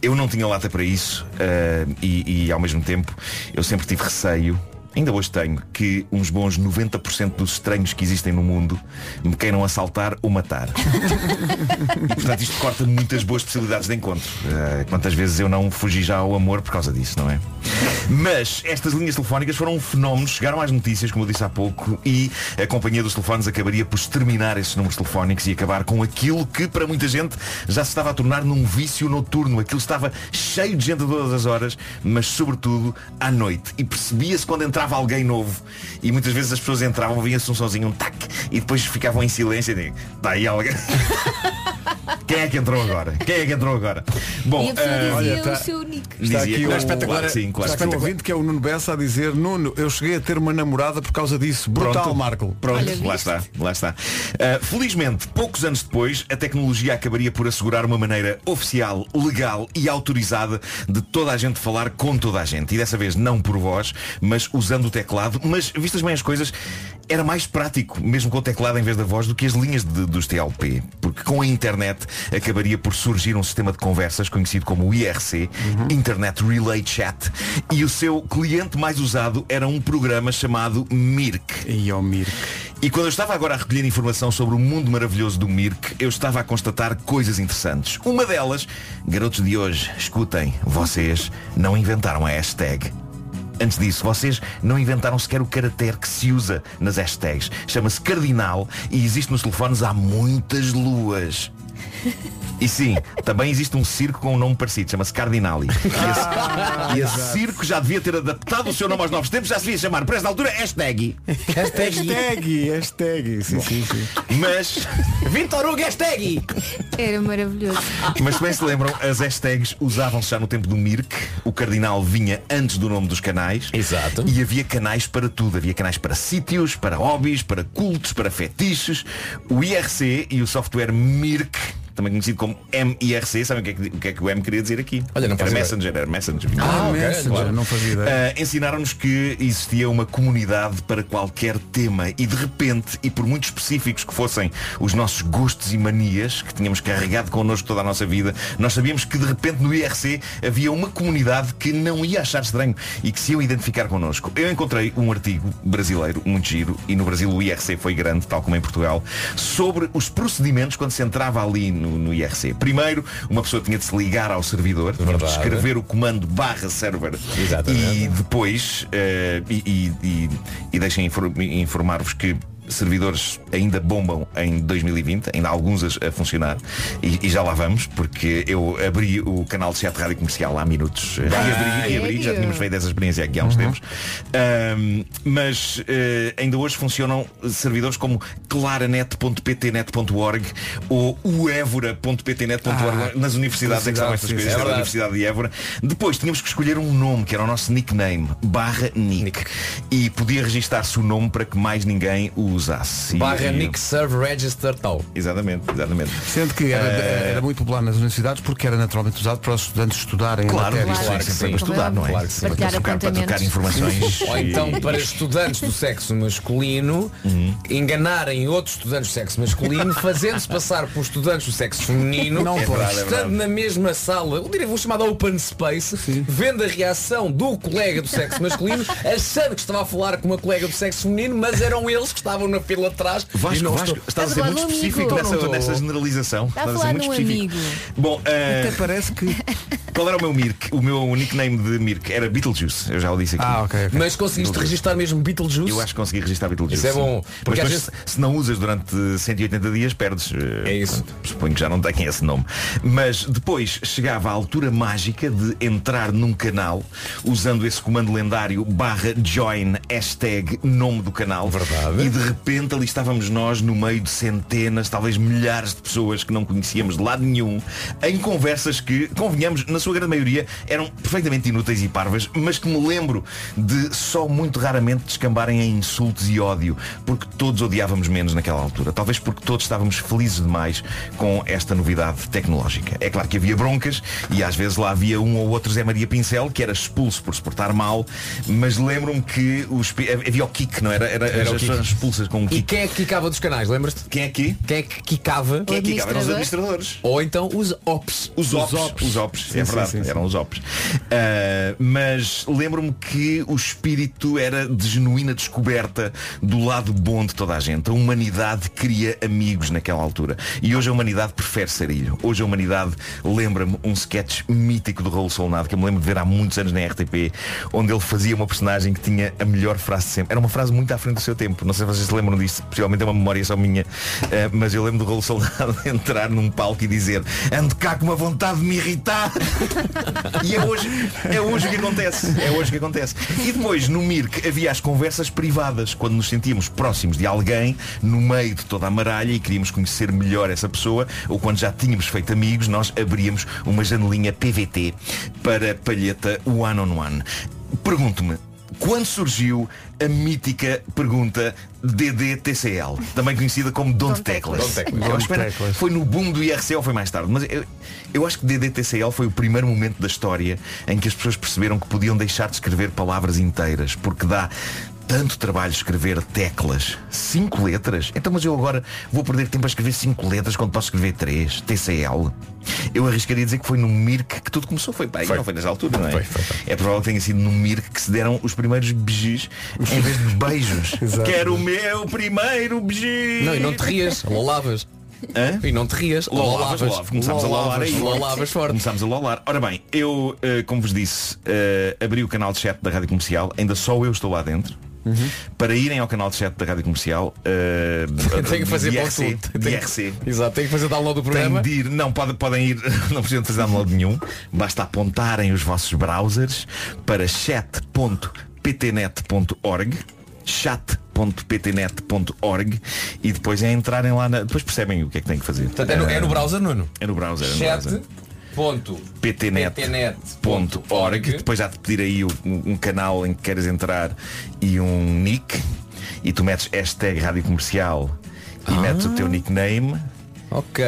Speaker 12: Eu não tinha lata para isso ah, e, e, ao mesmo tempo eu sempre tive receio. Ainda hoje tenho que uns bons 90% dos estranhos que existem no mundo me queiram assaltar ou matar. E portanto isto corta muitas boas possibilidades de encontro. Eh, quantas vezes eu não fugi já ao amor por causa disso, não é? Mas estas linhas telefónicas foram um fenómeno, chegaram às notícias, como eu disse há pouco, e a companhia dos telefones acabaria por exterminar esses números telefónicos e acabar com aquilo que para muita gente já se estava a tornar num vício noturno. Aquilo estava cheio de gente a todas as horas, mas sobretudo à noite. E percebia-se quando entrava alguém novo. E muitas vezes as pessoas "Tá entravam, vinha-se um sonzinho, um tac, e depois ficavam em silêncio e diziam, está aí alguém. Quem é que entrou agora? Quem é que entrou agora? Bom,
Speaker 1: e a pessoa
Speaker 12: ah,
Speaker 1: dizia
Speaker 12: olha, tá-
Speaker 1: o seu nick.
Speaker 2: Está
Speaker 12: Dizia
Speaker 2: aqui
Speaker 12: que
Speaker 2: o,
Speaker 12: era espetacular.
Speaker 2: claro,
Speaker 12: Sim, claro.
Speaker 2: Está aqui um ouvinte que é o Nuno Bessa a dizer Nuno, eu cheguei a ter uma namorada por causa disso. Brutal,
Speaker 12: Pronto.
Speaker 2: Marco.
Speaker 12: Pronto, lá está, lá está. Ah, felizmente, poucos anos depois, a tecnologia acabaria por assegurar uma maneira oficial, legal e autorizada de toda a gente falar com toda a gente. E dessa vez não por voz, mas usando o teclado. Mas, vistas bem as coisas, era mais prático, mesmo com o teclado em vez da voz, do que as linhas de- dos TLP. Porque com a internet acabaria por surgir um sistema de conversas conhecido como o IRC,
Speaker 2: Uhum.
Speaker 12: Internet Relay Chat. E o seu cliente mais usado era um programa chamado Mirk.
Speaker 2: E ao Mirk.
Speaker 12: E quando eu estava agora a recolher informação sobre o mundo maravilhoso do Mirk, eu estava a constatar coisas interessantes. Uma delas, garotos de hoje, escutem, vocês não inventaram a hashtag. Antes disso, vocês não inventaram sequer o caractere que se usa nas hashtags. Chama-se cardinal e existe nos telefones há muitas luas. E sim, também existe um circo com um nome parecido, chama-se Cardinali. E esse circo já devia ter adaptado o seu nome aos novos tempos, já se devia chamar, por esta altura, hashtag.
Speaker 2: Hashtag, hashtag. Sim, sim, sim.
Speaker 12: Mas,
Speaker 1: Vitor Hugo, hashtag! Era maravilhoso.
Speaker 12: mas se bem se lembram, as hashtags usavam-se já no tempo do Mirk. O cardinal vinha antes do nome dos canais. Exato. E havia canais para tudo. Havia canais para sítios, para hobbies, para cultos, para fetiches. O IRC e o software Mirk, também conhecido como MIRC, sabem o que é que, o que é que o M queria dizer aqui?
Speaker 7: Olha, não
Speaker 12: era
Speaker 7: fazia-
Speaker 12: Messenger, era Messenger.
Speaker 2: Ah, Ah, ok, Eh, Messenger, não fazia ideia.
Speaker 12: Ah, ensinaram-nos que existia uma comunidade para qualquer tema e de repente, e por muito específicos que fossem os nossos gostos e manias que tínhamos carregado connosco toda a nossa vida, nós sabíamos que de repente no IRC havia uma comunidade que não ia achar estranho e que se iam identificar connosco. Eu encontrei um artigo brasileiro, muito giro, e no Brasil o IRC foi grande, tal como em Portugal, sobre os procedimentos quando se entrava ali no, no IRC. Primeiro, uma pessoa tinha de se ligar ao servidor, tinha de
Speaker 7: Verdade.
Speaker 12: escrever o comando barra server e depois, eh, e, e- e- e deixem infor- informar-vos que servidores ainda bombam em 2020, ainda há alguns a, a funcionar e, e já lá vamos, porque eu abri o canal de chat rádio comercial há minutos. eh, reabri- reabri, já tínhamos feito essa experiência aqui há
Speaker 7: Uhum.
Speaker 12: uns tempos. Ahm, mas eh, ainda hoje funcionam servidores como claranet.ptnet.org ou uevora.ptnet.org nas universidades é que estavam estas
Speaker 7: Ah, sim, sim, é
Speaker 12: coisas. era da
Speaker 7: verdade.
Speaker 12: Universidade de Évora. Depois tínhamos que escolher um nome, que era o nosso nickname, barra nick. E podia registar-se o nome para que mais ninguém o usasse. E-
Speaker 4: Barra
Speaker 12: e-
Speaker 4: Nick Serve Register tal.
Speaker 12: Exatamente, exatamente.
Speaker 2: Sendo que era, era muito popular nas universidades porque era naturalmente usado para os estudantes estudarem. a
Speaker 12: Claro,
Speaker 2: matéria.
Speaker 12: claro, claro que sim. Para estudar, não é?
Speaker 4: Claro que sim.
Speaker 12: Para, trocar, para trocar informações.
Speaker 4: Ou
Speaker 12: e-
Speaker 4: então para estudantes do sexo masculino
Speaker 12: Uhum.
Speaker 4: enganarem outros estudantes do sexo masculino, fazendo-se passar por estudantes do sexo feminino,
Speaker 2: Não
Speaker 12: É
Speaker 2: pode.
Speaker 4: estando na mesma sala, eu diria um chamado open space, vendo a reação do colega do sexo masculino, achando que estava a falar com uma colega do sexo feminino, mas eram eles que estavam na fila de trás.
Speaker 12: Vasco, Vasco, estás a ser muito específico nessa, nessa generalização.
Speaker 1: Está a
Speaker 12: Estás
Speaker 1: falar
Speaker 12: ser muito
Speaker 1: de um
Speaker 12: específico.
Speaker 1: amigo.
Speaker 12: Bom, eh,
Speaker 2: Até parece que.
Speaker 12: qual era o meu Mirk? O meu nickname de Mirk era Beetlejuice. Eu já o disse aqui.
Speaker 2: Ah, ok. ok.
Speaker 4: Mas conseguiste registrar mesmo Beetlejuice?
Speaker 12: Eu acho que consegui registrar Beetlejuice.
Speaker 4: Isso é bom,
Speaker 12: sim.
Speaker 4: porque
Speaker 12: Mas
Speaker 4: às
Speaker 12: depois, se não usas durante 180 dias, perdes. É isso. suponho que já não tem esse nome. Mas depois chegava a altura mágica de entrar num canal usando esse comando lendário barra join hashtag nome do canal. Verdade. E de repente ali estávamos nós no meio de centenas, talvez milhares de pessoas que não conhecíamos de lado nenhum, em conversas que, convenhamos, na sua grande maioria eram perfeitamente inúteis e parvas, mas que me lembro de só muito raramente descambarem em insultos e ódio, porque todos odiávamos menos naquela altura. Talvez porque todos estávamos felizes demais com esta novidade tecnológica. É claro que havia broncas e às vezes lá havia um ou outro Zé Maria Pincel que era expulso por se portar mal, mas lembro-me que os... havia o kick, não era? Era,
Speaker 4: Era o
Speaker 12: as
Speaker 4: kick.
Speaker 12: pessoas expulsas com um
Speaker 4: E
Speaker 12: kick.
Speaker 4: quem é que quicava dos canais, lembras-te?
Speaker 12: Quem é que?
Speaker 4: Quem é que quicava?
Speaker 12: Quem é que quicava? Eram os administradores.
Speaker 4: Ou então os ops.
Speaker 12: Os ops, os ops, é verdade, eram os ops. Ah, mas lembro-me que o espírito era de genuína descoberta do lado bom de toda a gente. A humanidade cria amigos naquela altura. E hoje a humanidade prefere sarilho. Hoje a humanidade lembra-me um sketch mítico do Raul Solnado, que eu me lembro de ver há muitos anos na RTP, onde ele fazia uma personagem que tinha a melhor frase de sempre. Era uma frase muito à frente do seu tempo. Não sei se vocês se lembram disso, possivelmente é uma memória só minha, ah, mas eu lembro do Raul Soldado entrar num palco e dizer ando cá com uma vontade de me irritar. E é hoje, é hoje que acontece. É hoje que acontece. E depois, no Mirk, havia as conversas privadas, quando nos sentíamos próximos de alguém, no meio de toda a maralha e queríamos conhecer melhor essa pessoa, ou quando já tínhamos feito amigos, nós abríamos uma janelinha PVT para a palheta One on One. Pergunto-me, quando surgiu a mítica pergunta DDTCL, também conhecida como Don't Teclas.
Speaker 7: Don't Teclas.
Speaker 12: Eu acho que era- Foi no boom do IRC ou foi mais tarde, mas eu, eu acho que DDTCL foi o primeiro momento da história em que as pessoas perceberam que podiam deixar de escrever palavras inteiras, porque dá tanto trabalho escrever teclas, cinco letras. Então, mas eu agora vou perder tempo a escrever cinco letras quando posso escrever três, TCL. Eu arriscaria dizer que foi no Mirk que tudo começou, foi pá, e não foi nessa altura, não é? É provável que tenha sido no Mirk que se deram os primeiros beijos em vez de beijos. Quero o meu primeiro beijinho.
Speaker 4: Não, e não te rias, lolavas.
Speaker 12: E não te rias,
Speaker 4: lolavas.
Speaker 12: lolavas, lolavas. Começámos a lolar aí.
Speaker 4: Lolavas forte.
Speaker 12: Começámos a lolar. Ora bem, eu, eh, como vos disse, eh, abri o canal de chat da Rádio Comercial, ainda só eu estou lá dentro.
Speaker 4: Uhum.
Speaker 12: Para irem ao canal de chat da Rádio Comercial eh,
Speaker 4: Tem que fazer
Speaker 12: IRC,
Speaker 4: ponto. Tem que-
Speaker 12: IRC.
Speaker 4: Exato, tem que fazer download do programa.
Speaker 12: Têm de ir, não podem, podem ir, não precisam de fazer download nenhum. Basta apontarem os vossos browsers para chat.ptnet.org chat.ptnet.org e depois é entrarem lá na, depois percebem o que é que têm que fazer
Speaker 4: Portanto, é no- é no browser, Nuno?
Speaker 12: é no browser é no browser.
Speaker 4: Chat. Ponto.
Speaker 12: ptnet.org Depois já te pedir aí o- um, um canal em que queres entrar e um nick E tu metes hashtag rádio comercial E metes o teu nickname
Speaker 4: Ok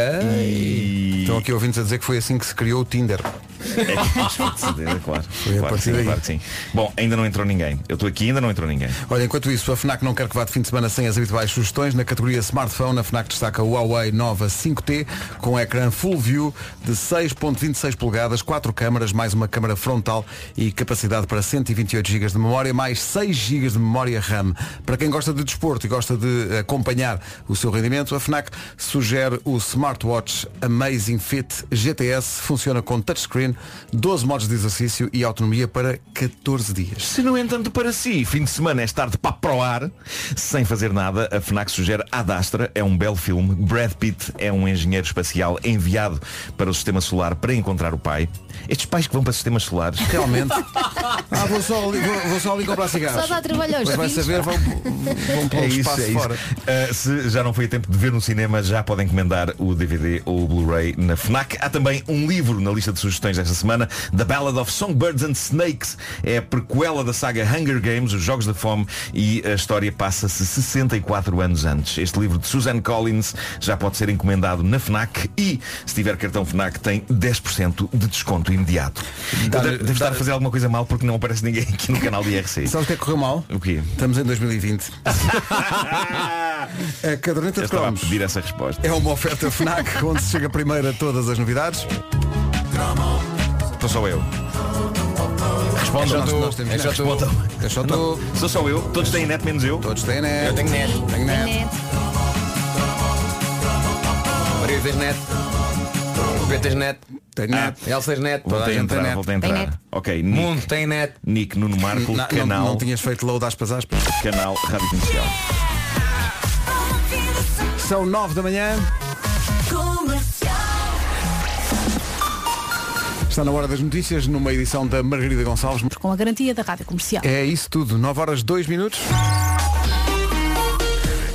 Speaker 2: Estão aqui ouvintes a dizer que foi assim que se criou o Tinder
Speaker 12: É, claro, claro, que
Speaker 2: partir
Speaker 12: sim,
Speaker 2: daí.
Speaker 12: claro que sim. Bom, ainda não entrou ninguém Eu estou aqui e ainda não entrou ninguém
Speaker 2: Olha, enquanto isso, a FNAC não quer que vá de fim de semana sem as habituais sugestões. Na categoria smartphone, a FNAC destaca o Huawei Nova 5T com ecrã full view de 6.26 polegadas, 4 câmaras, mais uma câmara frontal e capacidade para 128 GB de memória, mais 6 GB de memória RAM. Para quem gosta de desporto e gosta de acompanhar o seu rendimento, a FNAC sugere o smartwatch Amazing Fit GTS. Funciona com touchscreen, 12 modos de exercício e autonomia para 14 dias.
Speaker 12: Se no entanto para si, fim de semana é estar de papo para o ar, sem fazer nada, a FNAC sugere Adastra, é um belo filme. Brad Pitt é um engenheiro espacial enviado para o sistema solar para encontrar o pai. Estes pais que vão para sistemas solares.
Speaker 2: Realmente. Ah, vou só ali, vou, vou só ali comprar cigarros.
Speaker 1: Só dá trabalho aos
Speaker 2: Mas vai
Speaker 1: filhos.
Speaker 2: saber, vão, vão pelo
Speaker 12: É isso,
Speaker 2: espaço
Speaker 12: é isso.
Speaker 2: fora.
Speaker 12: Uh, se já não foi a tempo de ver no cinema, já podem encomendar o DVD ou o Blu-ray na FNAC. Há também um livro na lista de sugestões desta semana, The Ballad of Songbirds and Snakes. É a prequela da saga Hunger Games, os Jogos da Fome, e a história passa-se 64 anos antes. Este livro de Susan Collins já pode ser encomendado na FNAC e, se tiver cartão FNAC, tem 10% de desconto imediato. Eu de- Devo estar a fazer alguma coisa mal porque não aparece ninguém aqui no canal de IRC.
Speaker 2: Sabes o que é que correu mal?
Speaker 12: O quê?
Speaker 2: Estamos em 2020.
Speaker 12: Ah!
Speaker 2: a caderneta
Speaker 12: Eu
Speaker 2: de
Speaker 12: estava a
Speaker 2: cromos
Speaker 12: pedir essa resposta.
Speaker 2: é uma oferta FNAC onde se chega primeiro a todas as novidades.
Speaker 12: Estou só Então eu. Responda.
Speaker 2: Nós- nós temos net. É só tu.
Speaker 12: Sou só eu. Todos têm net menos eu.
Speaker 2: Todos têm net.
Speaker 12: Eu tenho net.
Speaker 2: Tenho net.
Speaker 4: Maria tens net. Pedro tens net.
Speaker 2: Tem net.
Speaker 4: Elsa tens net.
Speaker 12: Voltei a entrar, voltei a entrar. Ok, Nick,
Speaker 4: Mundo tem net.
Speaker 12: Nick Nuno Marco,
Speaker 2: Não, não,
Speaker 12: canal,
Speaker 2: não tinhas feito load aspas aspas.
Speaker 12: canal Rádio Comercial.
Speaker 2: São 9 da manhã. Está na hora das notícias numa edição da Margarida Gonçalves.
Speaker 6: Com a garantia da rádio comercial.
Speaker 2: É isso tudo. 9 horas 2 minutos.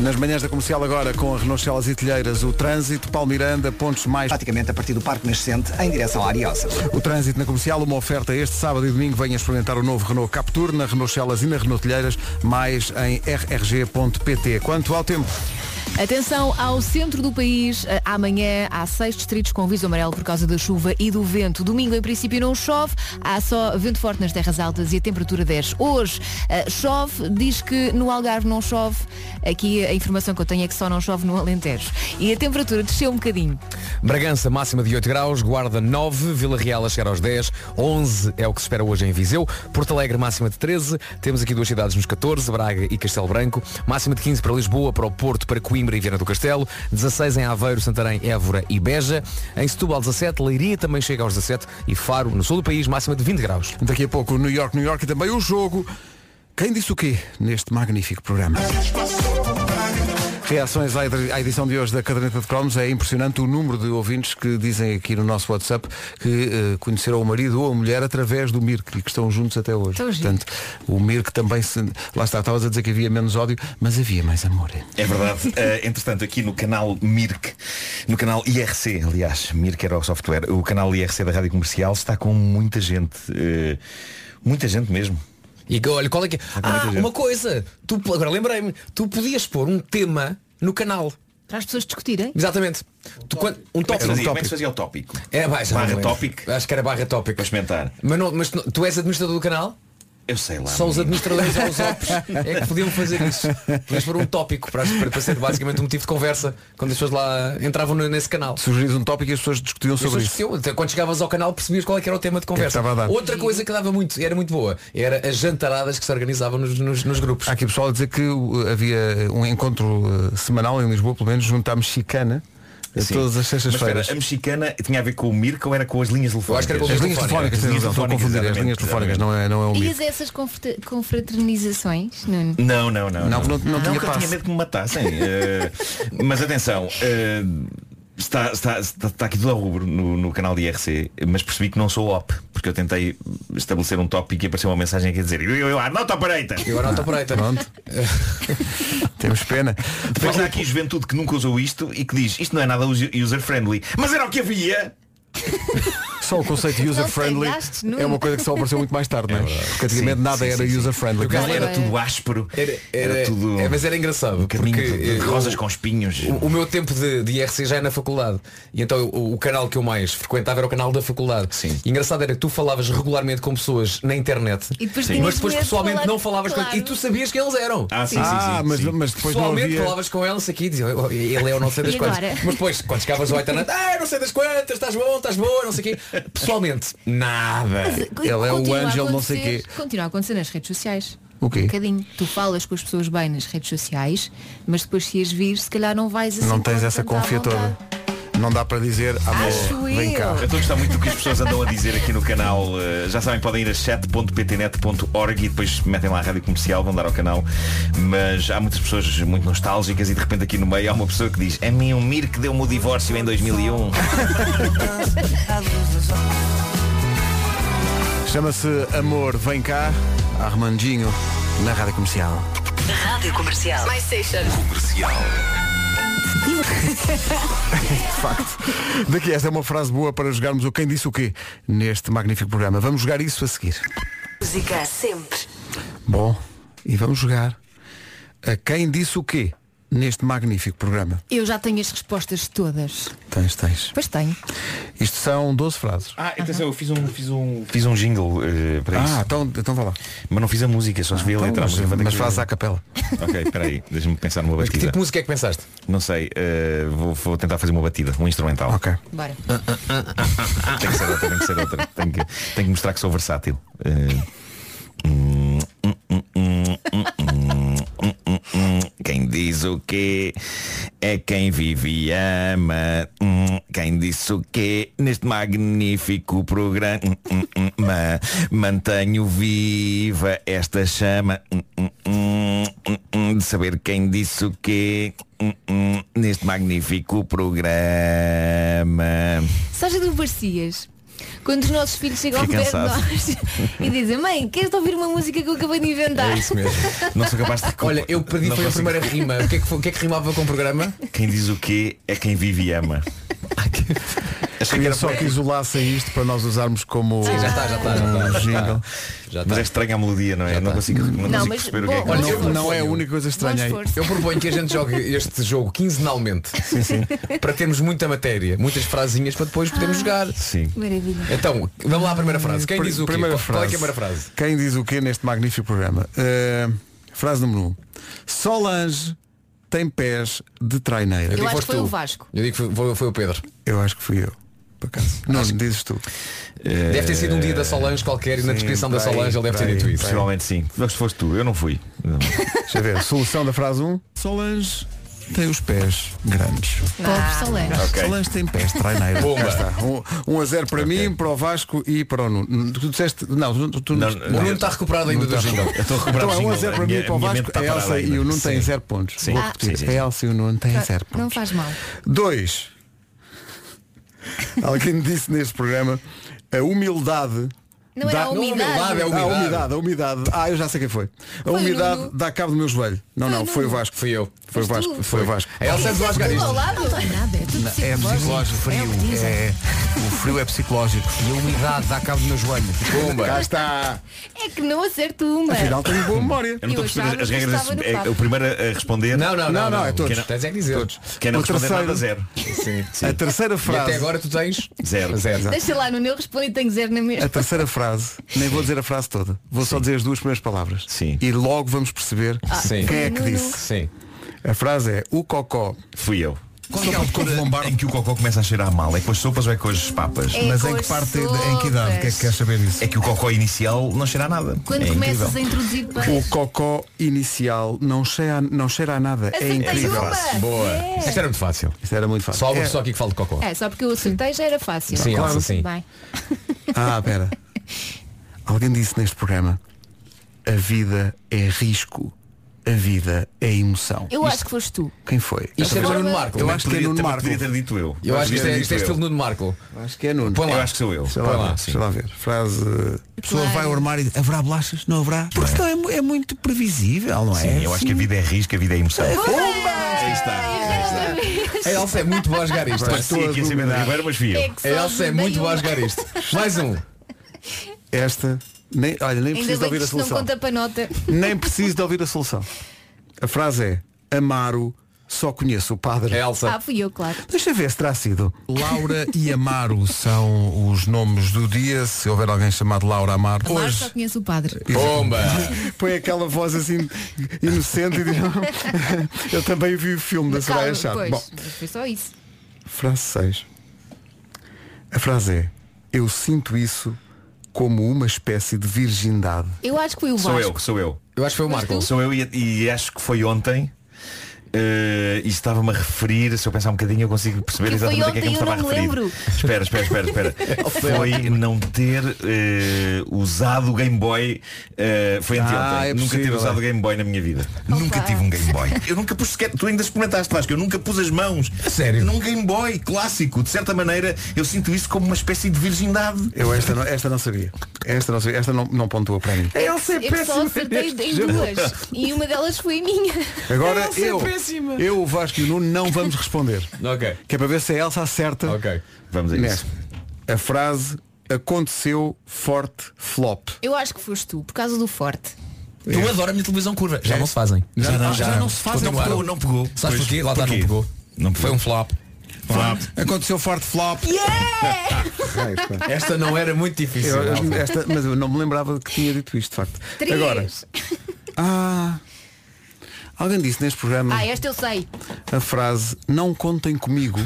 Speaker 2: Nas manhãs da comercial agora com a Renault Celas e Telheiras, o trânsito, Palmiranda, pontos mais.
Speaker 3: Praticamente a partir do Parque Nascente em direção à Ariosa.
Speaker 2: O trânsito na comercial, uma oferta este sábado e domingo. Venha experimentar o novo Renault Captur na Renault Celas e na Renault Telheiras, mais em rrg.pt. Quanto ao tempo,
Speaker 1: Atenção ao centro do país. Ah, Amanhã há seis distritos com aviso amarelo por causa da chuva e do vento. Domingo, em princípio, não chove. Há só vento forte nas terras altas e a temperatura desce. Hoje ah, chove. Diz que no Algarve não chove. Aqui a informação que eu tenho é que só não chove no Alentejo. E a temperatura desceu um bocadinho.
Speaker 7: Bragança máxima de 8 graus, Guarda 9, Vila Real a chegar aos 10, 11 é o que se espera hoje em Viseu, Porto Alegre máxima de 13, temos aqui duas cidades nos 14, Braga e Castelo Branco, máxima de 15 para Lisboa, para o Porto, para Coimbra e Viana do Castelo, 16 em Aveiro, Santarém, Évora e Beja, em Setúbal 17, Leiria também chega aos 17 e Faro, no sul do país, máxima de 20 graus.
Speaker 2: daqui a pouco, New York, New York e também o jogo. Quem disse o quê neste magnífico programa? Reações à edi- à edição de hoje da Caderneta de Cromos. É impressionante o número de ouvintes que dizem aqui no nosso WhatsApp que eh, conheceram o marido ou a mulher através do Mirk e que estão juntos até hoje.
Speaker 1: Tão giro.
Speaker 2: Portanto, o Mirk também se. Lá está, estavas a dizer que havia menos ódio, mas havia mais amor.
Speaker 12: É verdade. Eh, entretanto, aqui no canal Mirk, no canal IRC, aliás, Mirk era o software, o canal IRC da Rádio Comercial está com muita gente. eh, muita gente mesmo.
Speaker 4: E que, olha, qual é que é? Ah, uma coisa. Tu, agora lembrei-me, tu podias pôr um tema no canal.
Speaker 1: Para as pessoas discutirem.
Speaker 4: Exatamente. Tu, quando- um
Speaker 12: Como é que se
Speaker 4: tópico.
Speaker 12: fazia? Como é que se fazia o tópico?
Speaker 4: É, vai, já não
Speaker 12: Barra
Speaker 4: lembro.
Speaker 12: tópico.
Speaker 4: Acho que era barra tópico.
Speaker 12: Para experimentar.
Speaker 4: Mas, não, mas tu, tu és administrador do canal?
Speaker 12: Eu sei lá.
Speaker 4: Só os
Speaker 12: menino.
Speaker 4: administradores ou os ops é que podiam fazer isso. Podias pôr um tópico para, para, para ser basicamente um motivo de conversa quando as pessoas lá entravam no- nesse canal.
Speaker 2: Sugerias um tópico e as pessoas discutiam
Speaker 4: As
Speaker 2: sobre
Speaker 4: pessoas
Speaker 2: isso.
Speaker 4: discutiam, até Quando chegavas ao canal percebias qual é que era o tema de conversa.
Speaker 2: estava a dar?
Speaker 4: Outra coisa que dava muito, era muito boa, era as jantaradas que se organizavam nos, nos- nos grupos.
Speaker 2: Há
Speaker 12: Ah,
Speaker 2: aqui pessoal a dizer que uh, havia um encontro uh, semanal em Lisboa, pelo menos, junto à mexicana, a
Speaker 12: Sim.
Speaker 2: todas as
Speaker 12: Mas
Speaker 2: sextas-feiras.
Speaker 12: espera, a mexicana é tinha a ver com o Mirk ou era com as linhas telefónicas?
Speaker 2: acho que era com as linhas telefónicas, tens razão, estou a confundir, as linhas telefónicas, não é, não é o
Speaker 5: E
Speaker 2: Mirk.
Speaker 5: as essas confrate- confraternizações, Nuno?
Speaker 12: Não, não,
Speaker 2: Não,
Speaker 12: não.
Speaker 2: não- não tinha
Speaker 12: Nunca
Speaker 2: passe.
Speaker 12: tinha medo que me matassem. Eh, mas atenção, eh, está, está, está, está aqui tudo ao rubro no, no canal de IRC, mas percebi que não sou op, porque eu tentei estabelecer um tópico e apareceu uma mensagem aqui a dizer eu, eu, eu, nota opereta.
Speaker 4: Eu anota opereta.
Speaker 2: Pronto. Temos pena.
Speaker 12: Depois há aqui juventude que nunca usou isto e que diz isto não é nada user- user-friendly. Mas era o que havia.
Speaker 2: Só o conceito de user-friendly
Speaker 12: Não pegaste nunca.
Speaker 2: é uma coisa que só apareceu muito mais tarde, não é? Porque antigamente
Speaker 12: Sim,
Speaker 2: nada
Speaker 12: sim,
Speaker 2: era
Speaker 12: sim, sim.
Speaker 2: user-friendly.
Speaker 12: O canal era tudo áspero.
Speaker 4: Era,
Speaker 12: era tudo- um
Speaker 4: é, mas era engraçado.
Speaker 12: bocadinho
Speaker 4: porque,
Speaker 12: de- de
Speaker 4: eh,
Speaker 12: rosas
Speaker 4: o-
Speaker 12: com espinhos.
Speaker 4: O, o meu tempo de, de IRC já é na faculdade. E então eu- o, o canal que eu mais frequentava era o canal da faculdade. Sim. E engraçado era que tu falavas regularmente com pessoas na internet,
Speaker 5: E depois
Speaker 4: mas
Speaker 5: tinhas
Speaker 4: depois
Speaker 5: medo de
Speaker 4: pessoalmente
Speaker 5: falar-
Speaker 4: não falavas com
Speaker 5: claro.
Speaker 4: E tu sabias que eles eram.
Speaker 12: Ah, sim, sim, sim, Ah, sim. mas- mas
Speaker 2: depois não
Speaker 4: pessoalmente
Speaker 2: havia-
Speaker 4: falavas com eles aqui, diziam, "Oh, ele é ou não sei das
Speaker 5: E
Speaker 4: coisas.
Speaker 5: agora?
Speaker 4: Mas depois, quando chegavas ao internet, ah, não sei das quantas, estás bom, estás boa, não sei o quê. Pessoalmente, nada.
Speaker 5: Mas, eh,
Speaker 2: é
Speaker 5: continua a acontecer- Continua a acontecer nas redes sociais.
Speaker 2: O quê?
Speaker 5: Um bocadinho. Tu falas com as pessoas bem nas redes sociais, mas depois se as vir, se calhar não vais assim.
Speaker 2: Não tens
Speaker 5: tão-
Speaker 2: essa
Speaker 5: tanta à
Speaker 2: confia toda.
Speaker 5: vontade.
Speaker 2: Não dá para dizer, amor,
Speaker 5: Acho
Speaker 2: vem
Speaker 5: eu.
Speaker 2: cá.
Speaker 12: Eu estou a gostar muito do que as pessoas andam a dizer aqui no canal. Eh, Já sabem, podem ir a chat.ptnet.org e depois metem lá a rádio comercial, vão dar ao canal. Mas há muitas pessoas muito nostálgicas e de repente aqui no meio há uma pessoa que diz "É a mim o Mir que deu-me o divórcio em 2001.
Speaker 2: Chama-se Amor, vem cá, Armandinho, na rádio comercial.
Speaker 15: Rádio Comercial. My Station.
Speaker 2: De facto. Daqui esta é uma frase boa para jogarmos o Quem Disse o Quê neste magnífico programa. Vamos jogar isso a seguir.
Speaker 15: Música sempre.
Speaker 2: Bom, e vamos jogar a Quem Disse o Quê neste magnífico programa.
Speaker 5: Eu já tenho as respostas todas.
Speaker 2: Tens, tens.
Speaker 5: Pois tenho.
Speaker 2: Isto são 12 frases.
Speaker 12: Ah, atenção, eu fiz um, fiz um, fiz um jingle eh,
Speaker 4: É
Speaker 12: para isso.
Speaker 2: Ah, então, então vá lá.
Speaker 12: Mas não fiz a música, só se vi a
Speaker 2: Então,
Speaker 12: letra.
Speaker 2: mas-
Speaker 12: música vai ter
Speaker 2: mas
Speaker 12: que-
Speaker 2: fazes à capela.
Speaker 12: Ok, espera aí, deixa-me pensar numa
Speaker 4: Mas que
Speaker 12: batida.
Speaker 4: tipo de música é que pensaste?
Speaker 12: Não sei, eh, vou, vou tentar fazer uma batida, um instrumental.
Speaker 2: Ok.
Speaker 5: Bora.
Speaker 2: Ah.
Speaker 12: Tem que ser outra, tem que ser outra. Tem que, tem que mostrar que sou versátil. Eh, hum, hum, hum, hum, hum, hum, hum, hum, hum. Quem diz o quê é quem vive e ama. Hum, Quem disse o quê neste magnífico programa. Hum, hum, hum, ma- Mantenho viva esta chama hum, hum, hum, hum, hum, de saber quem disse o quê hum, hum, neste magnífico programa.
Speaker 5: Sérgio do Barcias. Quando os nossos filhos chegam ao
Speaker 12: Fiquei
Speaker 5: pé de
Speaker 12: cansado.
Speaker 5: nós e dizem, mãe, queres ouvir uma música que eu acabei de
Speaker 2: É
Speaker 5: inventar?
Speaker 12: Não sou capaz de
Speaker 4: Olha, eu perdi
Speaker 12: Não
Speaker 4: foi a
Speaker 12: consigo.
Speaker 4: primeira rima. O que, é que, foi- o que é que rimava com o programa?
Speaker 12: Quem diz o quê é quem vive e ama. Achei que
Speaker 2: Queria
Speaker 12: era
Speaker 2: só
Speaker 12: só
Speaker 2: que isolassem isto para nós usarmos como.
Speaker 4: Sim, já está, já está, já está.
Speaker 2: como jingle.
Speaker 12: Mas é estranha a melodia, não é? Não consigo, não
Speaker 5: Não,
Speaker 12: consigo
Speaker 5: mas
Speaker 12: perceber o
Speaker 5: bom,
Speaker 12: que é que
Speaker 2: Não, não é a única coisa estranha aí.
Speaker 5: esforço.
Speaker 4: Eu proponho que a gente jogue este jogo quinzenalmente para termos muita matéria, muitas frasinhas para depois
Speaker 16: Ah.
Speaker 4: podermos jogar.
Speaker 12: Sim.
Speaker 5: Maravilha.
Speaker 4: Então, vamos lá à primeira frase. Quem
Speaker 2: Pr-
Speaker 4: diz o quê?
Speaker 2: primeira
Speaker 4: Qual- Qual é que é a primeira frase?
Speaker 2: Quem diz o quê neste magnífico programa? Uh, frase número 1. Um. Solange tem pés de traineira.
Speaker 5: Eu acho que foi o Vasco.
Speaker 4: Eu digo que foi- foi, foi o Pedro.
Speaker 2: Eu acho que fui eu. Por acaso. Não, dizes tu.
Speaker 4: Deve ter sido um dia da Solange qualquer e na
Speaker 2: Sim,
Speaker 4: descrição da
Speaker 2: para aí,
Speaker 4: Solange ele deve
Speaker 2: para
Speaker 4: ter
Speaker 2: aí,
Speaker 4: dito isso.
Speaker 2: para aí.
Speaker 12: Possivelmente sim. Mas se foste tu, eu não fui.
Speaker 2: Deixa eu ver. Solução da frase 1. Solange Tem os pés grandes.
Speaker 1: Pobre Solange.
Speaker 2: Ok. Solange tem pés traineiros.
Speaker 1: Bomba.
Speaker 2: Cá está. Um, um a zero para mim, para o Vasco e para o Nuno. Tu disseste. Não, tu, tu,
Speaker 12: Não,
Speaker 2: tu-
Speaker 12: o Nuno está recuperado ainda
Speaker 2: Nuno
Speaker 12: do
Speaker 2: está
Speaker 12: jingle.
Speaker 2: recuperado.
Speaker 12: Estou recuperado
Speaker 2: Então é
Speaker 12: do
Speaker 2: um a
Speaker 12: jingle.
Speaker 2: zero para
Speaker 12: Minha-
Speaker 2: mim, para o
Speaker 12: minha mente
Speaker 2: Vasco. é
Speaker 12: está
Speaker 2: A
Speaker 12: parada
Speaker 2: Elsa e
Speaker 12: ainda.
Speaker 2: o Nuno têm
Speaker 12: Sim.
Speaker 2: zero pontos.
Speaker 12: Sim.
Speaker 2: Vou
Speaker 12: Ah.
Speaker 2: repetir.
Speaker 12: Sim, sim,
Speaker 2: A
Speaker 12: sim.
Speaker 2: Elsa e o Nuno têm zero pontos.
Speaker 5: Não faz mal.
Speaker 2: Dois. Alguém disse neste programa a humildade.
Speaker 5: Não era a umidade.
Speaker 2: a
Speaker 5: Ah,
Speaker 2: umidade, a umidade, a umidade. Ah, eu já sei quem foi. A umidade
Speaker 5: Nuno.
Speaker 2: dá cabo do meu joelho. Não, não, foi o Vasco. Fui eu. Foi o Vasco. Foi o Vasco.
Speaker 4: A Elsa é dos Vascaristas.
Speaker 5: Não é nada, é tudo
Speaker 16: É psicológico,
Speaker 5: É o
Speaker 16: frio.
Speaker 5: que dizem.
Speaker 16: É, o frio é psicológico. E a umidade dá cabo do meu joelho.
Speaker 2: Pumba. Cá está.
Speaker 5: É que não acerto uma.
Speaker 2: Afinal, tenho boa memória.
Speaker 12: Eu não estou a perceber as regras.
Speaker 5: estava no
Speaker 12: desse- é
Speaker 5: papo.
Speaker 12: o primeiro a responder.
Speaker 4: Não, não, não, Não, não, não. é todos.
Speaker 12: Quem não,
Speaker 4: Tens é que dizer.
Speaker 12: Todos. Quem não
Speaker 2: O
Speaker 12: responder
Speaker 2: terceiro.
Speaker 12: nada, zero.
Speaker 2: A terceira
Speaker 4: E até
Speaker 2: frase.
Speaker 4: agora tu tens
Speaker 12: Zero.
Speaker 5: Deixa lá no meu respondo e tenho zero na mesma.
Speaker 2: A terceira frase, nem vou dizer a frase toda, vou só dizer as duas primeiras palavras. Sim. E logo vamos perceber
Speaker 5: Ah, Sim.
Speaker 2: quem é que
Speaker 5: Nuno.
Speaker 2: disse.
Speaker 4: Sim.
Speaker 2: A frase é o cocó.
Speaker 12: Fui eu. Quando é a altura em que o cocó começa a cheirar mal? É com as sopas ou é com as papas?
Speaker 5: É Mas com em que as parte- em que idade? O que é que queres
Speaker 12: saber disso? É que o cocó inicial não cheira a nada.
Speaker 5: Quando
Speaker 12: é
Speaker 5: começas
Speaker 12: incrível.
Speaker 5: a introduzir
Speaker 2: O
Speaker 5: peixe.
Speaker 2: cocó inicial não cheira, não cheira a nada. É
Speaker 5: Acertei
Speaker 2: incrível.
Speaker 5: uma.
Speaker 4: Boa.
Speaker 5: É.
Speaker 4: Isto era muito fácil.
Speaker 2: Isto era muito fácil.
Speaker 4: Só uma
Speaker 2: É.
Speaker 4: pessoa aqui que fala de cocó.
Speaker 5: É, só porque eu acertei já era fácil.
Speaker 4: Sim, Elsa, sim.
Speaker 5: Bem.
Speaker 2: Ah, pera. Alguém disse neste programa, a vida é risco, a vida é emoção.
Speaker 5: Eu acho que foste tu.
Speaker 2: Quem foi?
Speaker 4: Isto é do Nuno Marco.
Speaker 2: Eu acho que é
Speaker 12: Poderia-
Speaker 2: Nuno
Speaker 12: também
Speaker 2: Marco.
Speaker 12: Poderia ter dito eu.
Speaker 4: Eu acho que isto é,
Speaker 12: Poderia ter
Speaker 4: isto é
Speaker 12: dito eu.
Speaker 4: estilo Nuno Marco.
Speaker 2: Acho que é Nuno.
Speaker 4: Põe lá.
Speaker 12: Eu acho que sou eu.
Speaker 2: Deixa
Speaker 12: Põe
Speaker 2: lá,
Speaker 12: lá,
Speaker 2: ver,
Speaker 12: sim.
Speaker 2: deixa lá ver. Frase.
Speaker 16: A pessoa vai ao armário e diz, haverá bolachas? Não haverá? Porque senão é, mu- é muito previsível, não é?
Speaker 12: Sim, eu acho que
Speaker 2: assim?
Speaker 12: a vida é risco, a vida é emoção.
Speaker 4: Aí
Speaker 12: está.
Speaker 4: A Elsa é muito boa a jogar isto.
Speaker 12: Parecia que ia ser Pedro Ribeiro, mas fui eu.
Speaker 4: A Elsa é muito boa a jogar isto. Mais um.
Speaker 2: Esta. Nem, olha, nem
Speaker 5: Ainda
Speaker 2: preciso de
Speaker 5: bem que
Speaker 2: ouvir a
Speaker 5: isto não
Speaker 2: solução.
Speaker 5: conta para nota.
Speaker 2: Nem preciso de ouvir a solução. A frase é Amaro só conheço o padre.
Speaker 5: Ah, fui eu, claro.
Speaker 2: Deixa ver se terá sido.
Speaker 16: É, Laura e Amaro são os nomes do dia. Se houver alguém chamado Laura Amaro,
Speaker 5: Amar
Speaker 16: hoje
Speaker 5: só conheço o padre.
Speaker 4: Bomba!
Speaker 2: Põe aquela voz assim inocente e diz, eu também vi o filme da Soraya
Speaker 5: Calma,
Speaker 2: Chávez.
Speaker 5: pois.
Speaker 2: é Bom,
Speaker 5: Foi só isso.
Speaker 2: frase 6. A frase é Eu sinto isso como uma espécie de virgindade.
Speaker 5: Eu acho que foi o
Speaker 12: Sou
Speaker 5: Vasco.
Speaker 12: eu, sou eu.
Speaker 4: Eu acho que foi o
Speaker 5: Mas
Speaker 4: Marco.
Speaker 5: tu?
Speaker 12: Sou eu e, e acho que foi ontem. eh, e estava-me a referir, se eu pensar um bocadinho eu consigo perceber
Speaker 5: Que foi
Speaker 12: exatamente a que é que eu me
Speaker 5: ontem, eu
Speaker 12: estava a
Speaker 5: não me
Speaker 12: referir.
Speaker 5: lembro.
Speaker 12: Espera, espera, espera, espera. foi não ter eh, usado o Game Boy. eh, foi anteontem.
Speaker 2: Ah, é
Speaker 12: nunca ter
Speaker 2: possível,
Speaker 12: usado o Game Boy na minha vida. Nunca tive um Game Boy. Eu nunca pus sequer. Tu ainda experimentaste, Vasco, eu nunca pus as mãos.
Speaker 4: sério?
Speaker 12: Num Game Boy clássico. De certa maneira, eu sinto isso como uma espécie de virgindade.
Speaker 2: Eu esta não, esta não sabia. Esta não sabia. Esta não, não pontua para mim.
Speaker 5: Eu, só acertei em duas. E uma delas foi a minha.
Speaker 2: Agora
Speaker 5: Elsa é
Speaker 2: eu,
Speaker 5: péssima.
Speaker 2: eu, o Vasco e o Nuno não vamos responder.
Speaker 4: Ok.
Speaker 2: Que é para ver se a Elsa acerta.
Speaker 4: Ok.
Speaker 12: Vamos a isso.
Speaker 2: Nesta. A frase aconteceu forte flop.
Speaker 5: Eu acho que foste tu, por causa do forte.
Speaker 4: Eu adoro a minha televisão curva.
Speaker 2: É.
Speaker 4: Já não se fazem.
Speaker 12: Já não- já não se fazem.
Speaker 4: Continuaram.
Speaker 12: Não pegou, não pegou.
Speaker 4: Sabes
Speaker 12: Pois,
Speaker 4: porquê? Lá está, não
Speaker 12: porquê?
Speaker 4: pegou.
Speaker 12: Não
Speaker 4: Foi um flop.
Speaker 12: Flop.
Speaker 2: Aconteceu forte flop.
Speaker 4: Esta não era muito difícil.
Speaker 2: Eu- eu- esta- mas eu não me lembrava que tinha dito isto, de facto.
Speaker 5: Três.
Speaker 2: Agora. Ah, alguém disse neste programa
Speaker 5: Ah, esta eu sei.
Speaker 2: a frase não contem comigo.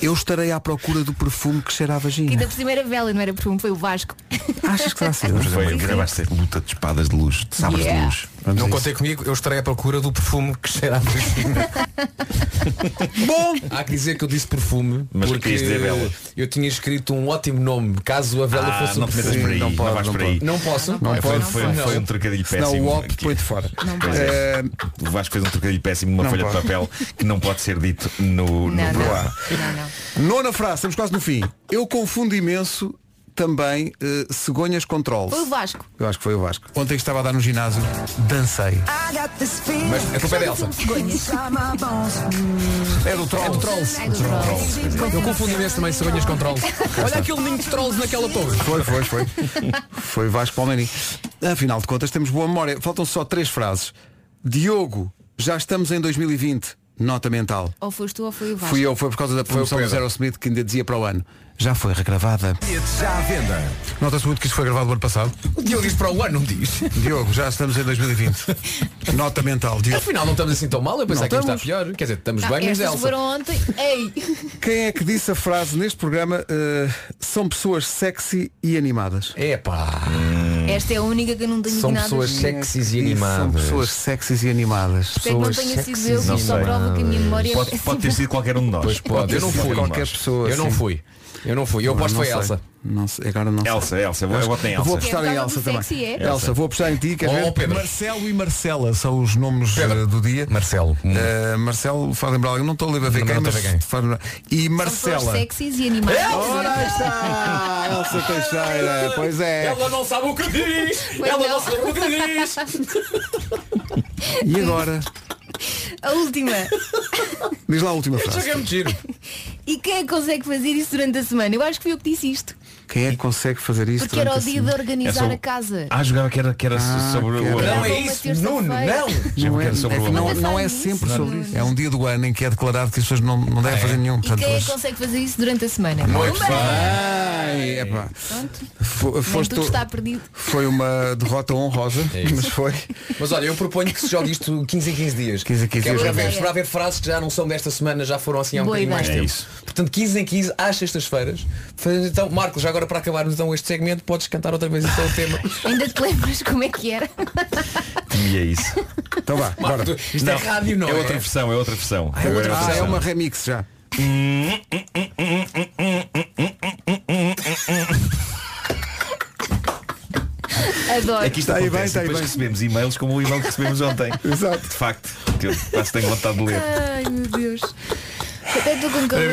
Speaker 2: Eu estarei à procura do perfume que cheira a
Speaker 5: Que da
Speaker 2: vagina.
Speaker 5: primeira vela, não era perfume, foi o Vasco.
Speaker 2: Achas que será sido?
Speaker 12: Vamos fazer uma- um gravaste a luta de espadas de luz, de sabres
Speaker 5: Yeah.
Speaker 12: de luz.
Speaker 2: Vamos
Speaker 16: não
Speaker 2: a
Speaker 16: contei comigo, eu estarei à procura do perfume que cheira a vagina.
Speaker 2: Bom,
Speaker 4: Há que dizer que eu disse perfume
Speaker 12: Mas é
Speaker 4: porque
Speaker 12: querias dizer vela.
Speaker 4: eu tinha escrito um ótimo nome caso a vela
Speaker 12: Ah,
Speaker 4: fosse um
Speaker 12: não te metas
Speaker 4: perfume.
Speaker 12: por aí,
Speaker 2: Não
Speaker 12: não,
Speaker 2: pode,
Speaker 12: vais
Speaker 2: não
Speaker 12: por aí.
Speaker 4: Não posso?
Speaker 2: não
Speaker 12: Foi,
Speaker 2: pode.
Speaker 12: foi- foi um trocadilho péssimo.
Speaker 2: Senão o OP
Speaker 12: aqui.
Speaker 2: põe de fora.
Speaker 12: Pois é.
Speaker 2: Eh,
Speaker 12: O Vasco fez um trocadilho péssimo numa
Speaker 2: Não
Speaker 12: folha
Speaker 2: pode.
Speaker 12: de papel que não pode ser dito no, no
Speaker 5: Não, não.
Speaker 12: programa.
Speaker 5: Não, não.
Speaker 2: Ehm, Nona frase, estamos quase no fim. Eu confundo imenso também eh, cegonhas controls.
Speaker 5: Foi o Vasco.
Speaker 2: Eu acho que foi o Vasco.
Speaker 16: Ontem estava a dar no ginásio, dancei.
Speaker 4: Mas a culpa é da Elsa.
Speaker 2: É do Troll.
Speaker 4: Trolls.
Speaker 5: Ai, do Trolls.
Speaker 4: Eu confundo imenso também cegonhas com trolls. Olha aquele ninho de trolls naquela torre.
Speaker 2: Foi, foi, foi. foi Vasco Palmeirim. Afinal de contas, temos boa memória. Faltam só três frases. Diogo, já estamos em 2020. Nota mental.
Speaker 5: Ou foste tu ou foi o Vasco.
Speaker 2: Fui eu, foi por causa da promoção do
Speaker 4: Pedro.
Speaker 2: Zero Smith que ainda dizia para o ano. Já foi regravada.
Speaker 16: Já à venda. Nota-se muito que isto foi gravado no ano passado.
Speaker 4: O Diogo diz para o ano, não diz.
Speaker 16: Diogo, já estamos em 2020. Nota mental, Diogo.
Speaker 4: Afinal não estamos assim tão mal, eu pensei
Speaker 2: Não
Speaker 4: que íamos
Speaker 2: estamos.
Speaker 4: estar pior. Quer dizer, estamos
Speaker 5: Ah,
Speaker 4: bem, mas
Speaker 5: estas
Speaker 4: Elsa.
Speaker 5: foram ontem. Ei!
Speaker 2: Quem é que disse a
Speaker 4: É
Speaker 2: frase neste programa eh, são pessoas sexy e animadas?
Speaker 4: Epá.
Speaker 1: Esta é a única que eu não tenho
Speaker 17: São
Speaker 1: nada
Speaker 17: pessoas
Speaker 1: de-
Speaker 17: sexys e
Speaker 2: São
Speaker 17: animadas.
Speaker 2: pessoas sexys e animadas.
Speaker 1: Espero que não tenha sido eu, que isto só prova que a minha memória é
Speaker 12: Pode,
Speaker 1: péssima.
Speaker 12: pode ter sido qualquer um de nós.
Speaker 17: Pois pode, eu não fui.
Speaker 12: um
Speaker 2: Qualquer pessoa.
Speaker 17: Eu não
Speaker 2: sim.
Speaker 17: fui. Eu não fui. Eu
Speaker 2: Agora
Speaker 17: aposto
Speaker 2: não
Speaker 17: foi
Speaker 2: sei.
Speaker 17: Elsa.
Speaker 2: Não sei, agora não sei.
Speaker 12: Elsa, Elsa, eu vou- eu voto em
Speaker 2: Vou
Speaker 12: Elsa.
Speaker 2: apostar em
Speaker 1: Quem é
Speaker 2: Elsa
Speaker 1: que
Speaker 2: também.
Speaker 1: ela sexy é?
Speaker 2: Elsa, vou apostar em ti. Queres
Speaker 17: Ou
Speaker 2: ver?
Speaker 17: Oh, Pedro.
Speaker 2: Marcelo e Marcela são os nomes eh, do dia.
Speaker 17: Marcelo.
Speaker 2: Eh, Marcelo faz lembrar alguém, não estou a lembrar a ver
Speaker 17: Não,
Speaker 2: quem,
Speaker 17: não
Speaker 2: mas
Speaker 17: estou a ver quem.
Speaker 2: faz lembrar. E
Speaker 1: Pessoas
Speaker 2: Marcela.
Speaker 1: sexys e animais.
Speaker 2: Ora aí está! Elsa Teixeira, pois é.
Speaker 4: Eh, Ela não sabe o que diz!
Speaker 1: Pois
Speaker 4: Ela
Speaker 1: não.
Speaker 4: não sabe o que diz!
Speaker 2: E agora?
Speaker 1: A última.
Speaker 2: Diz lá a última
Speaker 4: Isso é que
Speaker 2: frase.
Speaker 4: é muito giro.
Speaker 1: E quem é que consegue fazer isso durante a semana? Eu acho que fui eu que disse isto.
Speaker 2: Quem é que consegue fazer isso?
Speaker 1: Porque era o
Speaker 2: durante a
Speaker 1: dia de
Speaker 2: semana?
Speaker 1: organizar
Speaker 12: É só-
Speaker 1: a casa.
Speaker 12: Ah, jogava que era, que era
Speaker 2: Ah,
Speaker 12: sobre
Speaker 2: que
Speaker 12: o
Speaker 2: era-
Speaker 4: Não
Speaker 12: amor.
Speaker 4: é
Speaker 1: Uma
Speaker 4: isso,
Speaker 1: terça-feira.
Speaker 4: Nuno, não!
Speaker 2: Não
Speaker 12: Jogava
Speaker 2: é,
Speaker 12: que era sobre o
Speaker 2: não,
Speaker 12: amor.
Speaker 2: não é sempre Ah, sobre isso. É um dia do ano em que é declarado que as pessoas não, não devem fazer nenhum.
Speaker 1: E quem
Speaker 2: Portanto,
Speaker 1: é que
Speaker 2: hoje-
Speaker 1: consegue fazer isso durante a semana?
Speaker 17: Muito
Speaker 1: Uma.
Speaker 2: Ai, epá. Fo-
Speaker 1: Nem
Speaker 2: foste-
Speaker 1: tudo está perdido.
Speaker 2: Foi uma derrota honrosa, mas foi.
Speaker 4: Mas olha, eu proponho que se jogue isto 15 em 15 dias.
Speaker 2: 15 em 15
Speaker 4: Que é
Speaker 2: dias,
Speaker 4: para
Speaker 2: ok.
Speaker 4: ver- para haver frases que já não são desta semana, já foram assim há um
Speaker 1: Boa
Speaker 4: bocadinho mais
Speaker 1: ideia.
Speaker 4: tempo.
Speaker 12: É isso.
Speaker 4: Portanto, 15 em 15, às sextas-feiras. Faz- Então, Marcos, já agora para acabarmos então este segmento, podes cantar outra vez então o tema.
Speaker 1: Ainda te lembras como é que era?
Speaker 12: E é isso.
Speaker 2: Então vá, bora.
Speaker 4: Isto é rádio, não
Speaker 12: É
Speaker 4: é?
Speaker 12: outra versão, é outra versão. Agora
Speaker 2: Ah,
Speaker 12: versão.
Speaker 2: é uma remix já.
Speaker 1: Adoro.
Speaker 12: Aqui
Speaker 2: Está
Speaker 12: está
Speaker 2: aí
Speaker 12: É acontece,
Speaker 2: bem, está aí
Speaker 12: e depois
Speaker 2: bem.
Speaker 12: recebemos e-mails como o e-mail que recebemos ontem.
Speaker 2: Exato.
Speaker 12: De facto, que eu quase tenho vontade de ler.
Speaker 1: Ai meu Deus. Até estou com calor.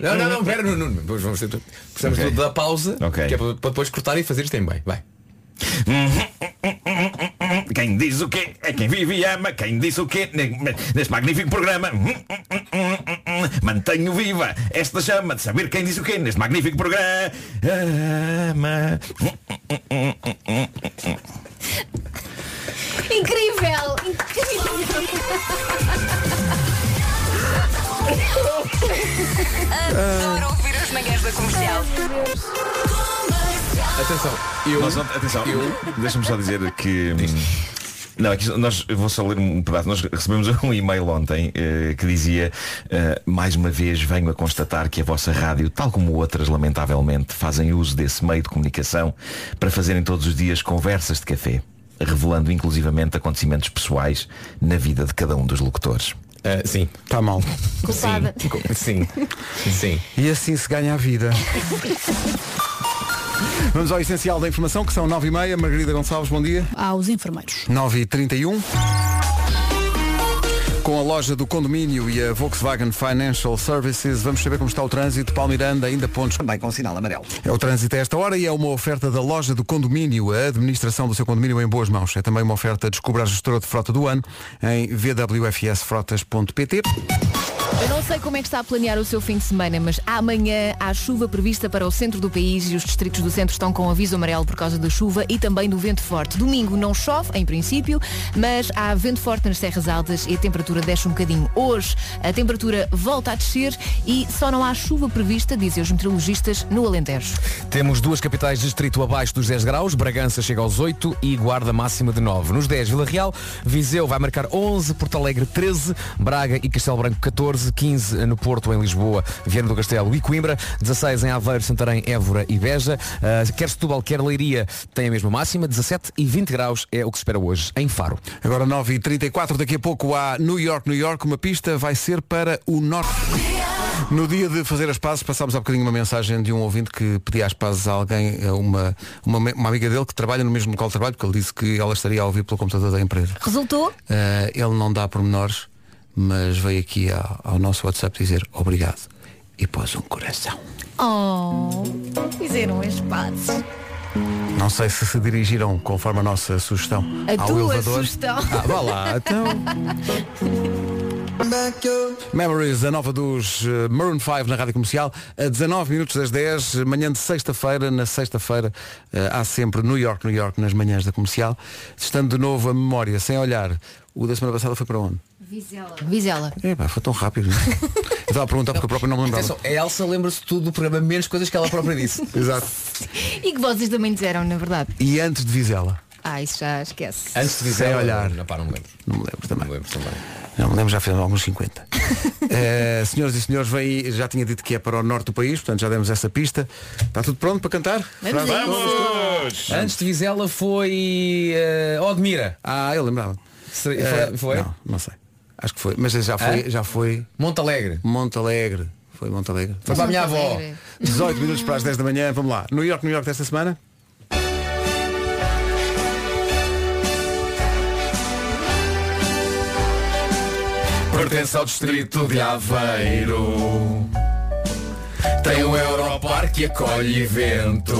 Speaker 4: Não, não, não, espera, não, não, não. Depois vamos ter. Precisamos
Speaker 12: Ok.
Speaker 4: da pausa,
Speaker 12: Ok.
Speaker 4: que é para para depois cortar e fazer isto em bem. Vai.
Speaker 12: Quem diz o quê é quem vive e ama. Quem diz o quê ne- ne- neste magnífico programa. Hum, Mantenho hum, viva esta chama de saber quem diz o quê neste magnífico programa.
Speaker 1: Incrível! Incrível!
Speaker 18: Adoro ouvir as manhãs da comercial.
Speaker 4: Atenção, eu.
Speaker 12: Nós ontem- atenção,
Speaker 4: Eu-
Speaker 12: deixa-me só dizer que. hum, Não, aqui nós eu vou só ler um pedaço. Nós recebemos um e-mail ontem eh, que dizia eh, mais uma vez venho a constatar que a vossa rádio, tal como outras, lamentavelmente, fazem uso desse meio de comunicação para fazerem todos os dias conversas de café, revelando inclusivamente acontecimentos pessoais na vida de cada um dos locutores.
Speaker 4: Ah, sim.
Speaker 2: Está Tá mal.
Speaker 1: Culpada.
Speaker 4: Sim. Sim.
Speaker 2: E assim se ganha a vida. Vamos ao essencial da informação, que são 9h30. Margarida Gonçalves, bom dia.
Speaker 19: aos enfermeiros.
Speaker 2: 9h31. Com a loja do condomínio e a Volkswagen Financial Services, vamos saber como está o trânsito. Paulo Miranda, ainda pontos.
Speaker 3: Também com sinal amarelo.
Speaker 2: É o trânsito a esta hora e é uma oferta da loja do condomínio, a administração do seu condomínio em boas mãos. É também uma oferta de descobrir a gestora de frota do ano em vwfsfrotas.pt.
Speaker 1: Eu não sei como é que está a planear o seu fim de semana, mas amanhã há chuva prevista para o centro do país e os distritos do centro estão com aviso amarelo por causa da chuva e também do vento forte. Domingo não chove, em princípio, mas há vento forte nas Serras Altas e a temperatura desce um bocadinho. Hoje a temperatura volta a descer e só não há chuva prevista, dizem os meteorologistas, no Alentejo.
Speaker 17: Temos duas capitais distrito abaixo dos 10 graus, Bragança chega aos 8 e Guarda máxima de 9. Nos 10, Vila Real, Viseu vai marcar 11, Porto Alegre 13, Braga e Castelo Branco 14, 15 no Porto, em Lisboa, Viana do Castelo e Coimbra, 16 em Aveiro, Santarém, Évora e Beja, Ah, quer Setúbal, quer Leiria tem a mesma máxima, 17 e 20 graus é o que se espera hoje em Faro.
Speaker 2: Agora 9h34, daqui a pouco há New York, New York. Uma pista vai ser para o norte. No dia de fazer as pazes, passámos há bocadinho uma mensagem de um ouvinte que pedia as pazes a alguém, a uma, uma, me- uma amiga dele que trabalha no mesmo local de trabalho, porque ele disse que ela estaria a ouvir pelo computador da empresa.
Speaker 1: Resultou?
Speaker 2: Ah, ele não dá pormenores, mas veio aqui ao, ao nosso WhatsApp dizer obrigado e pôs um coração.
Speaker 1: Oh, fizeram as pazes.
Speaker 2: Não sei se se dirigiram conforme a nossa sugestão
Speaker 1: A
Speaker 2: ao
Speaker 1: tua
Speaker 2: elevador.
Speaker 1: sugestão.
Speaker 2: Ah, vá lá, então. Memories, a nova dos eh, Maroon 5 na Rádio Comercial, a 19 minutos das 10, manhã de sexta-feira, na sexta-feira eh, há sempre New York, New York nas manhãs da comercial, estando de novo a memória, sem olhar, o da semana passada foi para onde?
Speaker 1: Vizela. Vizela.
Speaker 2: Epá, foi tão rápido. não é? Eu estava a perguntar porque eu próprio não me lembrava.
Speaker 4: Atenção, a Elsa lembra-se tudo do programa, menos coisas que ela própria disse.
Speaker 2: Exato.
Speaker 1: E que vocês também disseram, na verdade.
Speaker 2: E antes de Vizela,
Speaker 1: Ah, isso já esquece.
Speaker 4: Antes de
Speaker 2: Sem
Speaker 4: dizer,
Speaker 2: olhar.
Speaker 4: Não, pá, não me lembro.
Speaker 2: não me lembro
Speaker 4: Não me
Speaker 2: também.
Speaker 4: lembro também.
Speaker 2: Não me lembro, já fez alguns 50. Uh, senhoras e senhores, vem, já tinha dito que é para o norte do país, portanto já demos essa pista. Está tudo pronto para cantar?
Speaker 1: Vamos a isso.
Speaker 4: Antes de Vizela foi eh, Odmira.
Speaker 2: Ah, eu lembrava.
Speaker 4: Se-
Speaker 2: Eh,
Speaker 4: foi- foi? Ah?
Speaker 2: Não, não sei. Acho que foi. Mas já foi.
Speaker 4: Hã?
Speaker 2: Já foi...
Speaker 4: Monte Alegre.
Speaker 2: Monte Alegre. Foi Monte Alegre.
Speaker 4: Foi para a minha avó.
Speaker 2: 18 minutos para as 10 da manhã, vamos lá. New York, New York desta semana.
Speaker 13: pertence ao distrito de Aveiro. Tem um Europar que acolhe eventos.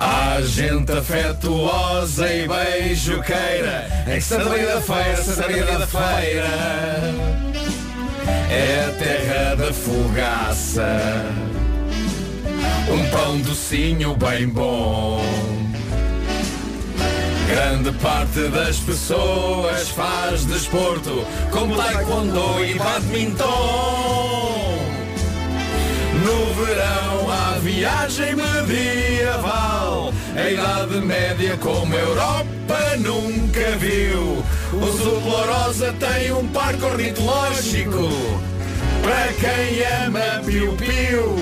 Speaker 13: Há gente afetuosa e beijoqueira em Santaria da Feira, Santaria da Feira. É a terra da fogaça. Um pão docinho bem bom. Grande parte das pessoas faz desporto, como taekwondo e badminton. No verão há viagem medieval, a Idade Média como a Europa nunca viu. O Sul Dolorosa tem um parque ornitológico, para quem ama piu-piu.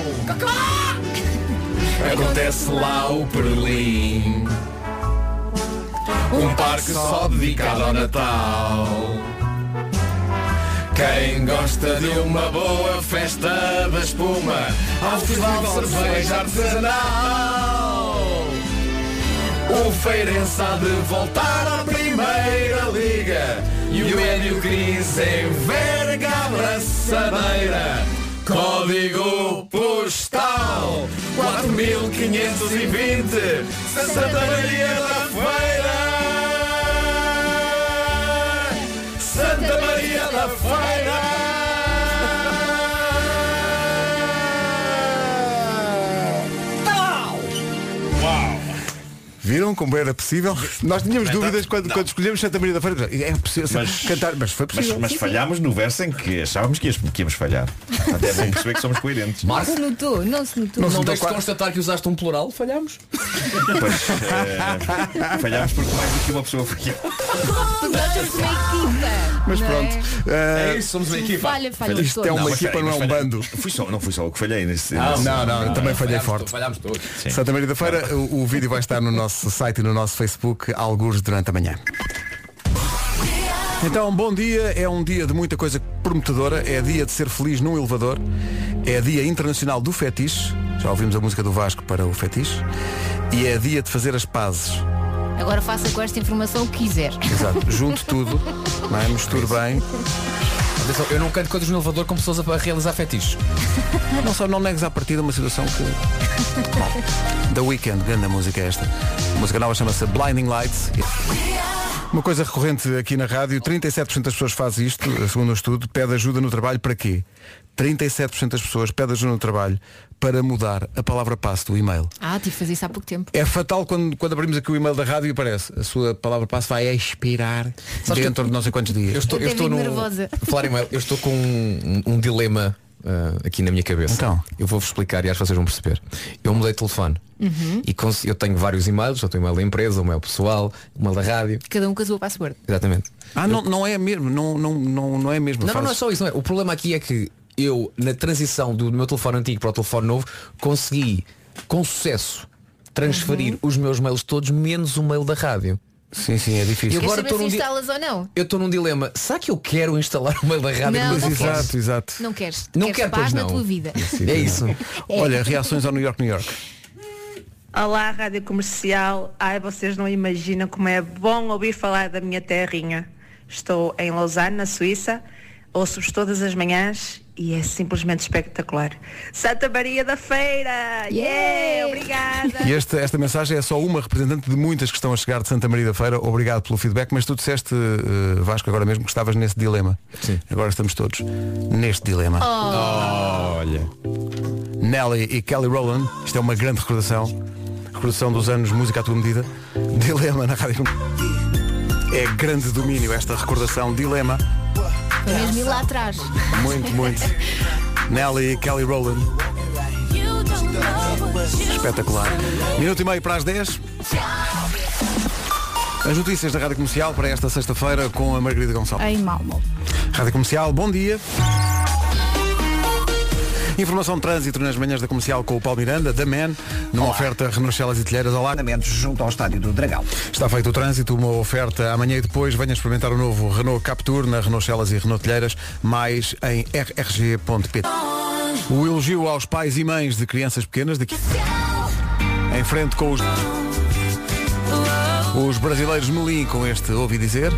Speaker 13: Acontece lá o Berlim. Um parque só dedicado ao Natal Quem gosta de uma boa festa da espuma Ao festival de cerveja artesanal O Feirense há de voltar à Primeira Liga E o Hélio Cris enverga a braçadeira Código postal 4520 Santa Maria da Feira Santa Maria da Feira Tal!
Speaker 2: Uau! Viram como era possível? Nós tínhamos
Speaker 13: é
Speaker 2: dúvidas quando, quando escolhemos Santa Maria da Feira. É possível
Speaker 12: Mas-
Speaker 2: cantar, mas foi possível.
Speaker 12: Mas, mas falhámos no verso em que achávamos que íamos- que íamos falhar. Até bem perceber que somos coerentes.
Speaker 1: Não Ah, se notou, não se notou.
Speaker 12: Não se
Speaker 4: Não
Speaker 12: notou
Speaker 4: deixes de
Speaker 12: quase-
Speaker 4: constatar que usaste um plural, falhámos.
Speaker 12: Pois, eh, falhámos porque mais do que uma pessoa falhou.
Speaker 1: Tu gostas de uma equipa.
Speaker 2: Mas
Speaker 1: não é?
Speaker 2: pronto.
Speaker 12: É
Speaker 2: eh,
Speaker 12: isso, somos uma equipa.
Speaker 1: Falha, falha
Speaker 2: Isto é
Speaker 1: todos.
Speaker 2: uma
Speaker 12: mas
Speaker 2: equipa,
Speaker 12: falhei,
Speaker 2: não é
Speaker 12: mas
Speaker 2: um
Speaker 12: falhei.
Speaker 2: bando.
Speaker 12: Fui só, não fui só eu que falhei nesse.
Speaker 2: Ah,
Speaker 12: nesse-
Speaker 2: não, não, também falhei
Speaker 4: falhámos
Speaker 2: forte.
Speaker 4: todos, Falhámos todos.
Speaker 12: Sim.
Speaker 2: Santa Maria da Feira, o, o vídeo vai estar no nosso site e no nosso Facebook, alguns durante a manhã. Então, bom dia, é um dia de muita coisa prometedora, é dia de ser feliz num elevador, é dia internacional do fetiche, já ouvimos a música do Vasco para o fetiche, e é dia de fazer as pazes.
Speaker 1: Agora faça com esta informação o que quiser.
Speaker 2: Exato, junto tudo, não é? misturo bem.
Speaker 4: Atenção, eu não canto contas no elevador com pessoas a a realizar fetiches.
Speaker 2: Não só não negues à partida uma situação que. Bom, The Weeknd, grande música esta. A música nova chama-se Blinding Lights. Uma coisa recorrente aqui na rádio, 37% das pessoas faz isto, segundo um estudo, pede ajuda no trabalho para quê? 37% das pessoas pede ajuda no trabalho para mudar a palavra passe do e-mail.
Speaker 1: Ah, tive que fazer isso há pouco tempo.
Speaker 2: É fatal quando, quando abrimos aqui o e-mail da rádio e aparece a sua palavra passe vai expirar
Speaker 4: Sabes
Speaker 2: dentro de não sei quantos dias.
Speaker 4: Eu estou, eu
Speaker 1: Até
Speaker 4: estou
Speaker 1: vim
Speaker 4: num-
Speaker 1: nervosa.
Speaker 4: Falar em mail, eu estou com um, um dilema ah, aqui na minha cabeça.
Speaker 2: Então.
Speaker 4: Eu vou-vos explicar e acho que vocês vão perceber. Eu mudei de telefone.
Speaker 1: Uhum.
Speaker 4: E cons- eu tenho vários e-mails, já tenho um e-mail da empresa, o meu pessoal, o e-mail da rádio.
Speaker 1: Cada um com a sua password.
Speaker 4: Exatamente.
Speaker 2: Ah, não, não é mesmo, não, não, não, não é mesmo.
Speaker 4: Não, não, não é
Speaker 2: Faz-
Speaker 4: só isso, não é? O problema aqui é que eu, na transição do meu telefone antigo para o telefone novo, consegui, com sucesso, transferir
Speaker 1: Uhum.
Speaker 4: os meus mails todos, menos o mail da rádio.
Speaker 2: Sim, sim, é difícil.
Speaker 4: Eu agora
Speaker 1: Quer saber
Speaker 4: estou
Speaker 1: se
Speaker 4: num di-
Speaker 1: instalas ou não?
Speaker 4: Eu estou num dilema. Será que eu quero instalar o mail da rádio
Speaker 1: Não,
Speaker 4: no meu
Speaker 1: não
Speaker 4: telefone?
Speaker 1: quero.
Speaker 2: Exato, exato.
Speaker 1: Não queres?
Speaker 4: Não
Speaker 1: queres
Speaker 4: quero,
Speaker 1: paz
Speaker 4: pois
Speaker 1: na
Speaker 4: não.
Speaker 1: tua vida.
Speaker 4: É isso.
Speaker 2: Olha, reações ao New York, New York.
Speaker 20: Olá, Rádio Comercial. Ai, vocês não imaginam como é bom ouvir falar da minha terrinha. Estou em Lausanne, na Suíça. Ouço-vos todas as manhãs e é simplesmente espetacular. Santa Maria da Feira! Yeah! Obrigada!
Speaker 2: E esta, esta mensagem é só uma representante de muitas que estão a chegar de Santa Maria da Feira. Obrigado pelo feedback, mas tu disseste, eh, Vasco, agora mesmo que estavas nesse dilema. Sim. Agora estamos todos neste dilema. Olha. Nelly e Kelly Rowland, isto é uma grande recordação. Recordação dos anos Música à Tua Medida. Dilema na Rádio Com- É grande domínio esta recordação. Dilema.
Speaker 1: Foi mesmo ir lá atrás.
Speaker 2: Muito, muito. Nelly e Kelly Rowland. Espetacular. Minuto e meio para as 10. As notícias da Rádio Comercial para esta sexta-feira com a Margarida Gonçalves.
Speaker 6: Em Malmo.
Speaker 2: Rádio Comercial, bom dia. Informação de trânsito nas manhãs da comercial com o Paulo Miranda, da MAN, numa oferta Renault Celas e Telheiras. Olá.
Speaker 3: Junto ao estádio do Dragão.
Speaker 2: Está feito o trânsito, uma oferta amanhã e depois. Venha experimentar o novo Renault Captur na Renault Celas e Renault Telheiras, mais em rrg.pt. O elogio aos pais e mães de crianças pequenas daqui. Em frente com os. Os brasileiros Melim com este ouvi dizer.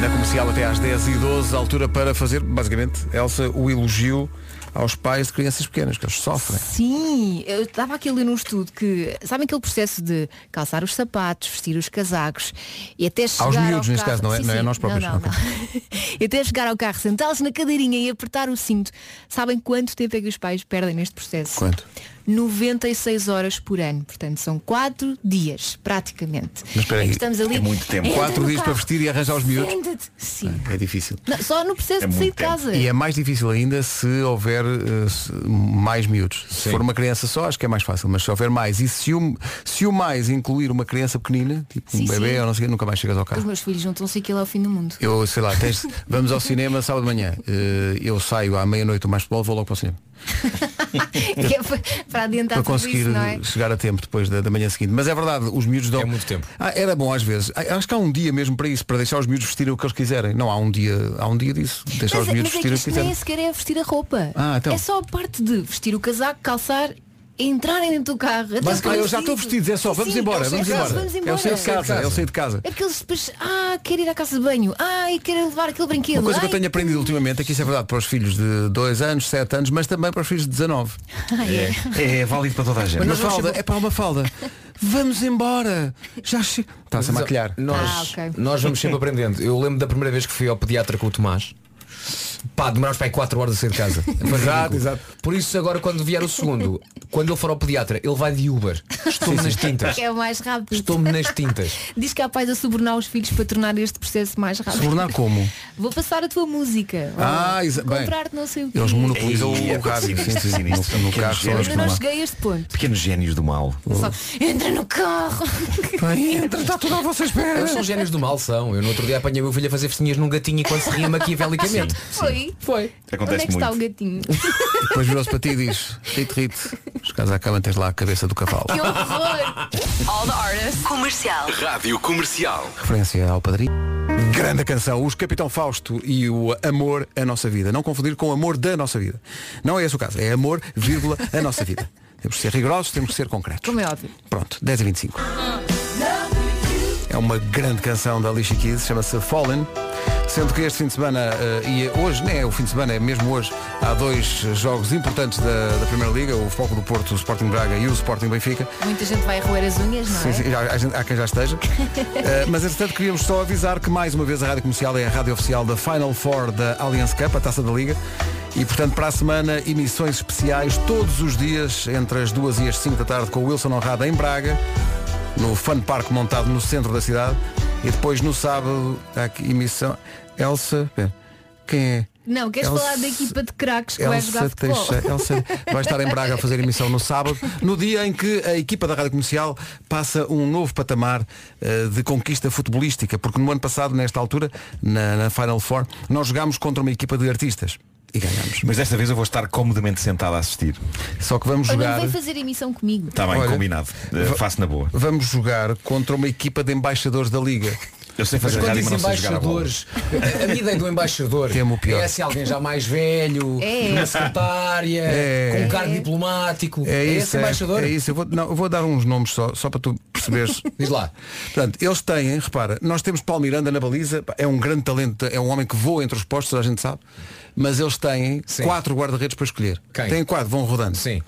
Speaker 2: Na comercial até às 10 e 12 altura para fazer, basicamente, Elsa, o elogio aos pais de crianças pequenas, que eles sofrem.
Speaker 1: Sim, eu estava aqui a ler num estudo que, sabem aquele processo de calçar os sapatos, vestir os casacos e até chegar
Speaker 2: Aos
Speaker 1: ao
Speaker 2: miúdos, neste
Speaker 1: carro-
Speaker 2: caso, não é-
Speaker 1: Sim,
Speaker 2: não é
Speaker 1: sim,
Speaker 2: a nós próprios,
Speaker 1: não, não,
Speaker 2: ok.
Speaker 1: não. E até chegar ao carro, sentar-se na cadeirinha e apertar o cinto. Sabem quanto tempo é que os pais perdem neste processo?
Speaker 2: Quanto?
Speaker 1: 96 horas por ano, portanto são 4 dias, praticamente.
Speaker 2: Mas espera aí,
Speaker 1: É que estamos ali.
Speaker 12: é muito tempo.
Speaker 1: Entra
Speaker 2: Quatro
Speaker 1: no
Speaker 2: dias para
Speaker 1: carro,
Speaker 2: vestir e arranjar os miúdos.
Speaker 1: senta-te. Sim.
Speaker 2: É difícil.
Speaker 1: Não, só no processo
Speaker 12: É
Speaker 1: de sair de
Speaker 12: muito tempo.
Speaker 1: casa.
Speaker 2: E é mais difícil ainda se houver eh, se- mais miúdos. Se for uma criança só, acho que é mais fácil, mas se houver mais, e se o, se o mais incluir uma criança pequenina, tipo um
Speaker 1: Sim,
Speaker 2: bebê
Speaker 1: sim.
Speaker 2: ou não sei o quê, nunca mais chegas ao
Speaker 1: Os
Speaker 2: carro.
Speaker 1: meus filhos juntam-se aquilo ao fim do mundo.
Speaker 2: Eu, sei lá, tens- vamos ao cinema sábado de manhã. Eh, eu saio à meia-noite ou mais futebol, vou logo para o cinema.
Speaker 1: Que é para, para adiantar
Speaker 2: para
Speaker 1: tudo
Speaker 2: conseguir
Speaker 1: isso, não é?
Speaker 2: chegar a tempo depois da, da manhã seguinte. Mas é verdade, os miúdos dão. É muito tempo. era bom às vezes. Ah, Acho que há um dia mesmo para isso, para deixar os miúdos vestirem o que eles quiserem. Não há um dia, há um dia disso. Deixar
Speaker 1: Mas,
Speaker 2: os miúdos
Speaker 1: mas é que
Speaker 2: vestirem o que
Speaker 1: isto nem
Speaker 2: quiserem.
Speaker 1: sequer é vestir a roupa.
Speaker 2: Ah, então.
Speaker 1: É só a parte de vestir o casaco, calçar, entrarem dentro do carro. até
Speaker 2: Mas ah,
Speaker 1: com
Speaker 2: eu já estou
Speaker 1: vestido.
Speaker 2: vestido, é só,
Speaker 1: Sim,
Speaker 2: vamos
Speaker 1: sim,
Speaker 2: embora,
Speaker 1: eles-
Speaker 2: vamos
Speaker 1: é só,
Speaker 2: embora.
Speaker 1: vamos embora.
Speaker 2: Eu saí de casa, eu saí de casa.
Speaker 1: É porque eles depois, ah, quero ir à casa de banho, ah, e quero levar aquele brinquedo.
Speaker 2: Uma coisa que
Speaker 1: Ai,
Speaker 2: eu tenho aprendido ultimamente é que isso é verdade para os filhos de 2 anos, 7 anos, mas também para os filhos de 19.
Speaker 1: ai, é.
Speaker 12: É válido para toda a gente.
Speaker 2: Mas uma falda, é para uma falda. Vamos embora. Já chega. Está-se a
Speaker 4: Mas,
Speaker 2: maquilhar.
Speaker 4: Nós,
Speaker 1: Ah, ok.
Speaker 4: nós vamos sempre aprendendo. Eu lembro da primeira vez que fui ao pediatra com o Tomás. Pá, demorámos para aí 4 horas a sair de casa. Foi ridículo.
Speaker 2: Exato, exato.
Speaker 4: Por isso agora quando vier o segundo, quando ele for ao pediatra, ele vai de Uber. Estou-me nas tintas.
Speaker 1: Que é o mais rápido.
Speaker 4: Estou-me nas tintas.
Speaker 1: Diz que há pais a subornar os filhos para tornar este processo mais rápido.
Speaker 2: Subornar como?
Speaker 1: Vou passar a tua música.
Speaker 2: Ah,
Speaker 1: Ou
Speaker 2: exa- bem.
Speaker 1: Comprar-te não sei o quê.
Speaker 2: Eles monopolizam
Speaker 12: Ei,
Speaker 2: o rádio.
Speaker 12: é
Speaker 2: Sim, sim, sim.
Speaker 12: sinistro, sinistro.
Speaker 2: No, no carro são eles
Speaker 12: Pequenos
Speaker 1: Ainda não
Speaker 2: por lá.
Speaker 1: cheguei a este ponto.
Speaker 12: Pequenos génios do mal.
Speaker 1: Só, entra no carro.
Speaker 2: Entra, está tudo à vossa espera.
Speaker 4: Eles são gênios do mal, são. Eu no outro dia apanhei meu filho a fazer festinhas num gatinho enquanto se ria maquiavelicamente.
Speaker 1: Foi.
Speaker 4: Foi.
Speaker 1: Onde é
Speaker 12: Acontece
Speaker 1: que está o
Speaker 12: muito.
Speaker 1: gatinho?
Speaker 2: Depois virou-se para ti e diz, rite, rite, chegas à cama tens lá a cabeça do cavalo.
Speaker 1: Que horror!
Speaker 15: All the artists. Comercial.
Speaker 13: Rádio Comercial.
Speaker 2: Referência ao padrinho. Grande canção, os Capitão Fausto e o Amor a Nossa Vida. Não confundir com o Amor da Nossa Vida. Não é esse o caso, é Amor, vírgula, a Nossa Vida. Temos que ser rigorosos, temos que ser concretos.
Speaker 1: Como é óbvio.
Speaker 2: Pronto, 10 e 25. É uma grande canção da Alicia Keys, chama-se Fallen. Sendo que este fim de semana, eh, e é hoje, né, o fim de semana é mesmo hoje, há dois jogos importantes da, da Primeira Liga, o Foco do Porto, o Sporting Braga e o Sporting Benfica.
Speaker 1: Muita gente vai roer as unhas, não é?
Speaker 2: Sim, sim, já- há, gente- há quem já esteja. Uh, mas entretanto queríamos só avisar que mais uma vez a Rádio Comercial é a rádio oficial da Final Four da Allianz Cup, a Taça da Liga. E portanto para a semana emissões especiais todos os dias entre as duas e as 5 da tarde com o Wilson Honrada em Braga, no Fun Park montado no centro da cidade. E depois no sábado há aqui emissão. Elsa, espera, quem é?
Speaker 1: Não, queres
Speaker 2: Elsa-
Speaker 1: falar da equipa de craques que vai jogar
Speaker 2: Elsa,
Speaker 1: futebol?
Speaker 2: Teixeira- Elsa É um vai estar em Braga a fazer emissão no sábado, no dia em que a equipa da Rádio Comercial passa um novo patamar eh, de conquista futebolística, porque no ano passado, nesta altura, na, na Final Four, nós jogámos contra uma equipa de artistas e ganhámos.
Speaker 12: Mas desta vez eu vou estar comodamente sentado a assistir.
Speaker 2: Só que vamos
Speaker 1: Ou
Speaker 2: jogar. Tá
Speaker 1: não vem fazer emissão comigo.
Speaker 12: Está bem,
Speaker 2: Olha,
Speaker 12: combinado. Eh,
Speaker 2: va-
Speaker 12: faço na boa.
Speaker 2: Vamos jogar contra uma equipa de embaixadores da Liga.
Speaker 12: Eu sei
Speaker 4: Mas
Speaker 12: fazer
Speaker 4: quando
Speaker 12: rádio,
Speaker 4: diz
Speaker 12: mas não sei jogar a bola.
Speaker 4: embaixadores, a a minha ideia do embaixador
Speaker 2: Temo o pior.
Speaker 4: é se alguém já mais velho,
Speaker 1: É.
Speaker 4: uma secretária,
Speaker 2: É.
Speaker 4: com um cargo diplomático.
Speaker 2: É isso,
Speaker 4: esse
Speaker 2: é,
Speaker 4: embaixador?
Speaker 2: é isso. Eu vou, não, eu vou dar uns nomes só, só para tu perceberes.
Speaker 4: Diz lá.
Speaker 2: Portanto, eles têm, repara, nós temos Paulo Miranda na baliza, pá, é um grande talento, é um homem que voa entre os postos, a gente sabe, mas eles têm
Speaker 4: Sim.
Speaker 2: quatro guarda-redes para escolher.
Speaker 4: Quem?
Speaker 2: Têm quatro, vão rodando.
Speaker 4: Sim.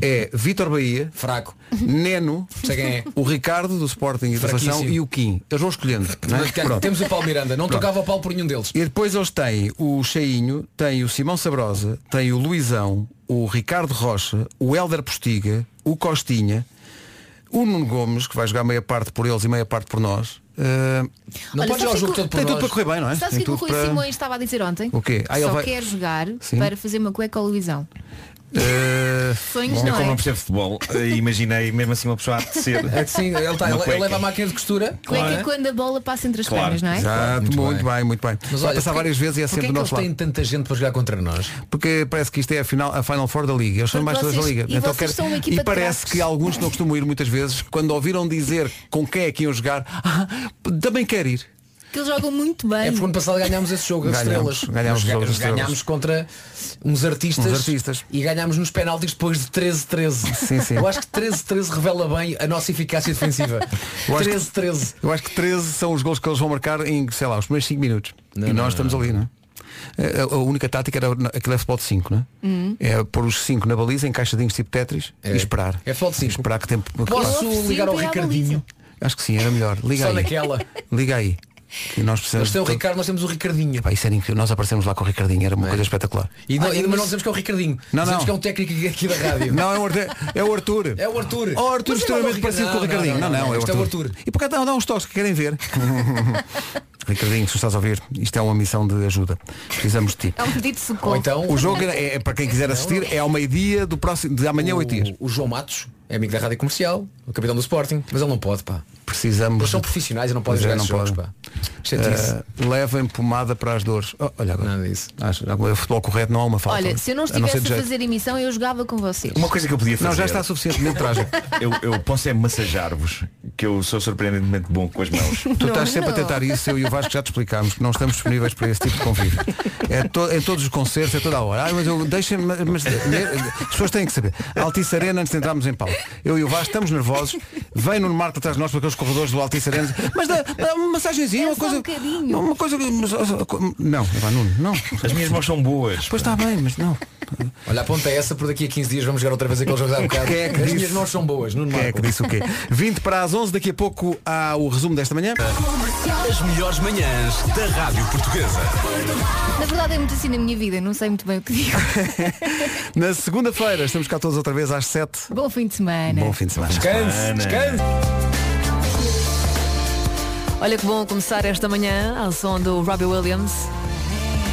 Speaker 2: É Vítor Bahia,
Speaker 4: Fraco.
Speaker 2: Neno,
Speaker 4: Sei quem é.
Speaker 2: o Ricardo do Sporting e da
Speaker 4: Fraquíssimo.
Speaker 2: Seleção e o Kim. Eles vão escolhendo. não é? Pronto.
Speaker 4: Temos o Paulo Miranda, não tocava o Paulo por nenhum deles.
Speaker 2: E depois eles têm o Cheinho, têm o Simão Sabrosa, têm o Luizão, o Ricardo Rocha, o Hélder Postiga, o Costinha, o Nuno Gomes, que vai jogar meia parte por eles e meia parte por nós. Ah,
Speaker 4: Não
Speaker 1: Olha,
Speaker 4: pode jogar o
Speaker 1: sabes
Speaker 4: jogo
Speaker 1: que
Speaker 4: todo por
Speaker 2: tem tudo
Speaker 4: nós.
Speaker 2: para correr bem, não é?
Speaker 1: Sabes o
Speaker 2: Tem
Speaker 1: que, é que o
Speaker 2: tudo
Speaker 1: Rui
Speaker 4: assim
Speaker 2: para-
Speaker 1: Simões estava a dizer ontem?
Speaker 2: O quê? Ah, ele
Speaker 1: Só
Speaker 2: vai-
Speaker 1: quer jogar
Speaker 2: Sim.
Speaker 1: para fazer uma cueca ao Luizão.
Speaker 2: Ah,
Speaker 12: Sonhos
Speaker 1: é?
Speaker 12: eu como não percebo futebol, eh, imaginei mesmo assim uma pessoa a tecer.
Speaker 4: É que sim, ele, tá,
Speaker 12: Uma
Speaker 4: ele, ele
Speaker 12: cueca.
Speaker 4: leva a máquina de costura.
Speaker 1: Cueca
Speaker 4: não é?
Speaker 1: quando a bola passa entre as
Speaker 12: Claro,
Speaker 1: pernas, não é?
Speaker 2: Exato, muito, bem. muito bem.
Speaker 4: Mas
Speaker 2: Vai
Speaker 4: olha,
Speaker 2: passar
Speaker 4: porquê-
Speaker 2: várias vezes e é
Speaker 4: porquê
Speaker 2: sempre
Speaker 4: que
Speaker 2: do
Speaker 4: eles
Speaker 2: nosso lado.
Speaker 4: têm tanta gente para jogar contra nós?
Speaker 2: Porque parece que isto é a final, a final Four da Liga. Eles são
Speaker 1: Porque
Speaker 2: embaixadores da
Speaker 1: vocês-
Speaker 2: Liga. Então
Speaker 1: e vocês são uma equipa
Speaker 2: e
Speaker 1: de
Speaker 2: parece
Speaker 1: craques.
Speaker 2: que alguns que não costumam ir muitas vezes, quando ouviram dizer com quem é que iam jogar, "Ah, também quer ir.
Speaker 1: Que eles jogam muito bem.
Speaker 4: É porque ano passado ganhámos esse jogo das
Speaker 2: Ganhámos,
Speaker 4: estrelas.
Speaker 2: ganhámos
Speaker 4: Nós
Speaker 2: o jogo das
Speaker 4: ganhámos
Speaker 2: estrelas.
Speaker 4: contra uns artistas,
Speaker 2: Uns artistas.
Speaker 4: e ganhámos nos penaltis depois de 13-13.
Speaker 2: Sim, sim.
Speaker 4: Eu acho que 13-13 revela bem a nossa eficácia defensiva.
Speaker 2: Eu acho que-
Speaker 4: 13-13.
Speaker 2: Eu acho que 13 são os gols que eles vão marcar em, sei lá, os primeiros 5 minutos. e nós estamos ali, não é? A- A, a única tática era na- aquele é futebol de 5, não é?
Speaker 1: Hum.
Speaker 2: É pôr os 5 na baliza, em caixadinhos tipo Tetris e esperar.
Speaker 4: É futebol de 5.
Speaker 2: Esperar que tempo.
Speaker 4: Posso
Speaker 1: Eu ofereci
Speaker 4: ligar ao
Speaker 1: para ir à
Speaker 4: Ricardinho?
Speaker 2: Acho que sim, era melhor. Liga
Speaker 4: Só
Speaker 2: aí.
Speaker 4: naquela.
Speaker 2: Liga aí. E nós precisamos.
Speaker 4: Nós temos o
Speaker 2: de-
Speaker 4: Ricardo, é? nós temos o Ricardinho.
Speaker 2: Pá, isso era incrível. Nós aparecemos lá com o Ricardinho, era uma coisa espetacular.
Speaker 4: E não,
Speaker 2: Ai,
Speaker 4: e- mas
Speaker 2: mas-
Speaker 4: não dizemos que é o Ricardinho.
Speaker 2: Ah, Não,
Speaker 4: dizemos
Speaker 2: não.
Speaker 4: que é um técnico aqui da rádio.
Speaker 2: Não, é o Arthur. É o Arthur.
Speaker 4: É o Arthur.
Speaker 2: Oh, Arthur
Speaker 4: Mas não é o
Speaker 2: extremamente
Speaker 4: Ricardo.
Speaker 2: parecido com o Ricardinho. Não, não, é, o
Speaker 4: isto
Speaker 2: Arthur. E por cá dá, dá uns toques que querem ver. Ricardinho, se estás a ouvir, isto é uma missão de ajuda. Precisamos de ti.
Speaker 1: É um pedido de socorro.
Speaker 4: Ou então-
Speaker 2: O jogo é, é para quem quiser assistir, é ao meio-dia do próximo, de amanhã, oito dias.
Speaker 4: O, o João Matos é amigo da rádio comercial, o capitão do Sporting, mas ele não pode, pá. Eles
Speaker 2: Precisamos.
Speaker 4: são profissionais e não podem
Speaker 2: Mas já não
Speaker 4: jogar esses
Speaker 2: podem.
Speaker 4: jogos, pá. Chatice.
Speaker 2: Eh, levem pomada para as dores. Oh, olha agora.
Speaker 4: Nada disso.
Speaker 2: Acho- agora, o futebol correto não há uma falta.
Speaker 1: Olha, se eu não
Speaker 2: então, A ser
Speaker 1: estivesse
Speaker 2: de
Speaker 1: a,
Speaker 2: jeito.
Speaker 1: fazer emissão, eu jogava com vocês.
Speaker 12: Uma coisa que eu podia fazer.
Speaker 2: Não, já está suficientemente trágico.
Speaker 12: Eu, eu posso é massajar-vos, que eu sou surpreendentemente bom com as mãos.
Speaker 2: Tu
Speaker 1: Não,
Speaker 2: estás sempre
Speaker 1: não.
Speaker 2: a tentar isso, eu e o Vasco já te explicámos que não estamos disponíveis para esse tipo de convívio. É to- em todos os concertos, é toda a hora. Ah, mas eu deixem-me, mas, mas- as pessoas têm que saber. Altice Arena, antes de entrarmos em palco. Eu e o Vasco estamos nervosos, vem no Marco atrás de nós para aqueles corredores do Altice Arena. Mas dá, dá uma massagenzinha,
Speaker 1: É
Speaker 2: uma
Speaker 1: só
Speaker 2: coisa.
Speaker 1: um bocadinho.
Speaker 2: uma coisa. mas- Não, vá, Nuno, não.
Speaker 12: As minhas mãos são boas.
Speaker 2: Pois está bem, mas não.
Speaker 4: Olha, aponta essa, por daqui a 15 dias vamos jogar outra vez aqueles jogos há um bocado.
Speaker 2: Quem é que
Speaker 4: As
Speaker 2: disse?
Speaker 4: minhas mãos são boas, Nuno
Speaker 2: Quem é que
Speaker 4: Marco.
Speaker 2: disse o quê? 20 para as 11, daqui a pouco há o resumo desta manhã.
Speaker 8: As melhores manhãs da Rádio Portuguesa.
Speaker 1: Na verdade é muito assim na minha vida, não sei muito bem o que digo.
Speaker 2: Na segunda-feira estamos cá todos outra vez às 7.
Speaker 1: Bom fim de semana.
Speaker 2: Bom fim de semana.
Speaker 4: Descanse, descanse.
Speaker 5: Olha que bom começar esta manhã ao som do Robbie Williams.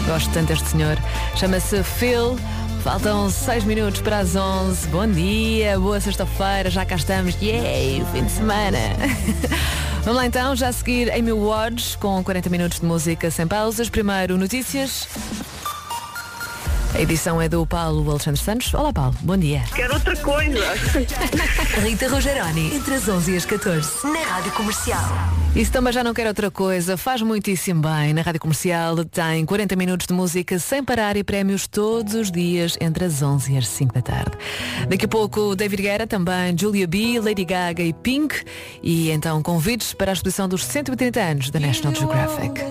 Speaker 5: Gosto tanto deste senhor. Chama-se Phil. Faltam 6 minutos para as 11. Bom dia, boa sexta-feira, já cá estamos. Yay, fim de semana. Vamos lá então, já a seguir Amy Watts com 40 minutos de música sem pausas. Primeiro, notícias. A edição é do Paulo Alexandre Santos. Olá Paulo, bom dia.
Speaker 15: Quero outra coisa.
Speaker 5: Rita Rogeroni, entre as 11 e as 14.
Speaker 15: Na rádio comercial.
Speaker 5: E se também já não quer outra coisa, faz muitíssimo bem. Na Rádio Comercial tem 40 minutos de música sem parar e prémios todos os dias entre as 11 e as 5 da tarde. Daqui a pouco, David Guerra, também Julia B, Lady Gaga e Pink. E então convides para a exposição dos 180 anos da National Geographic.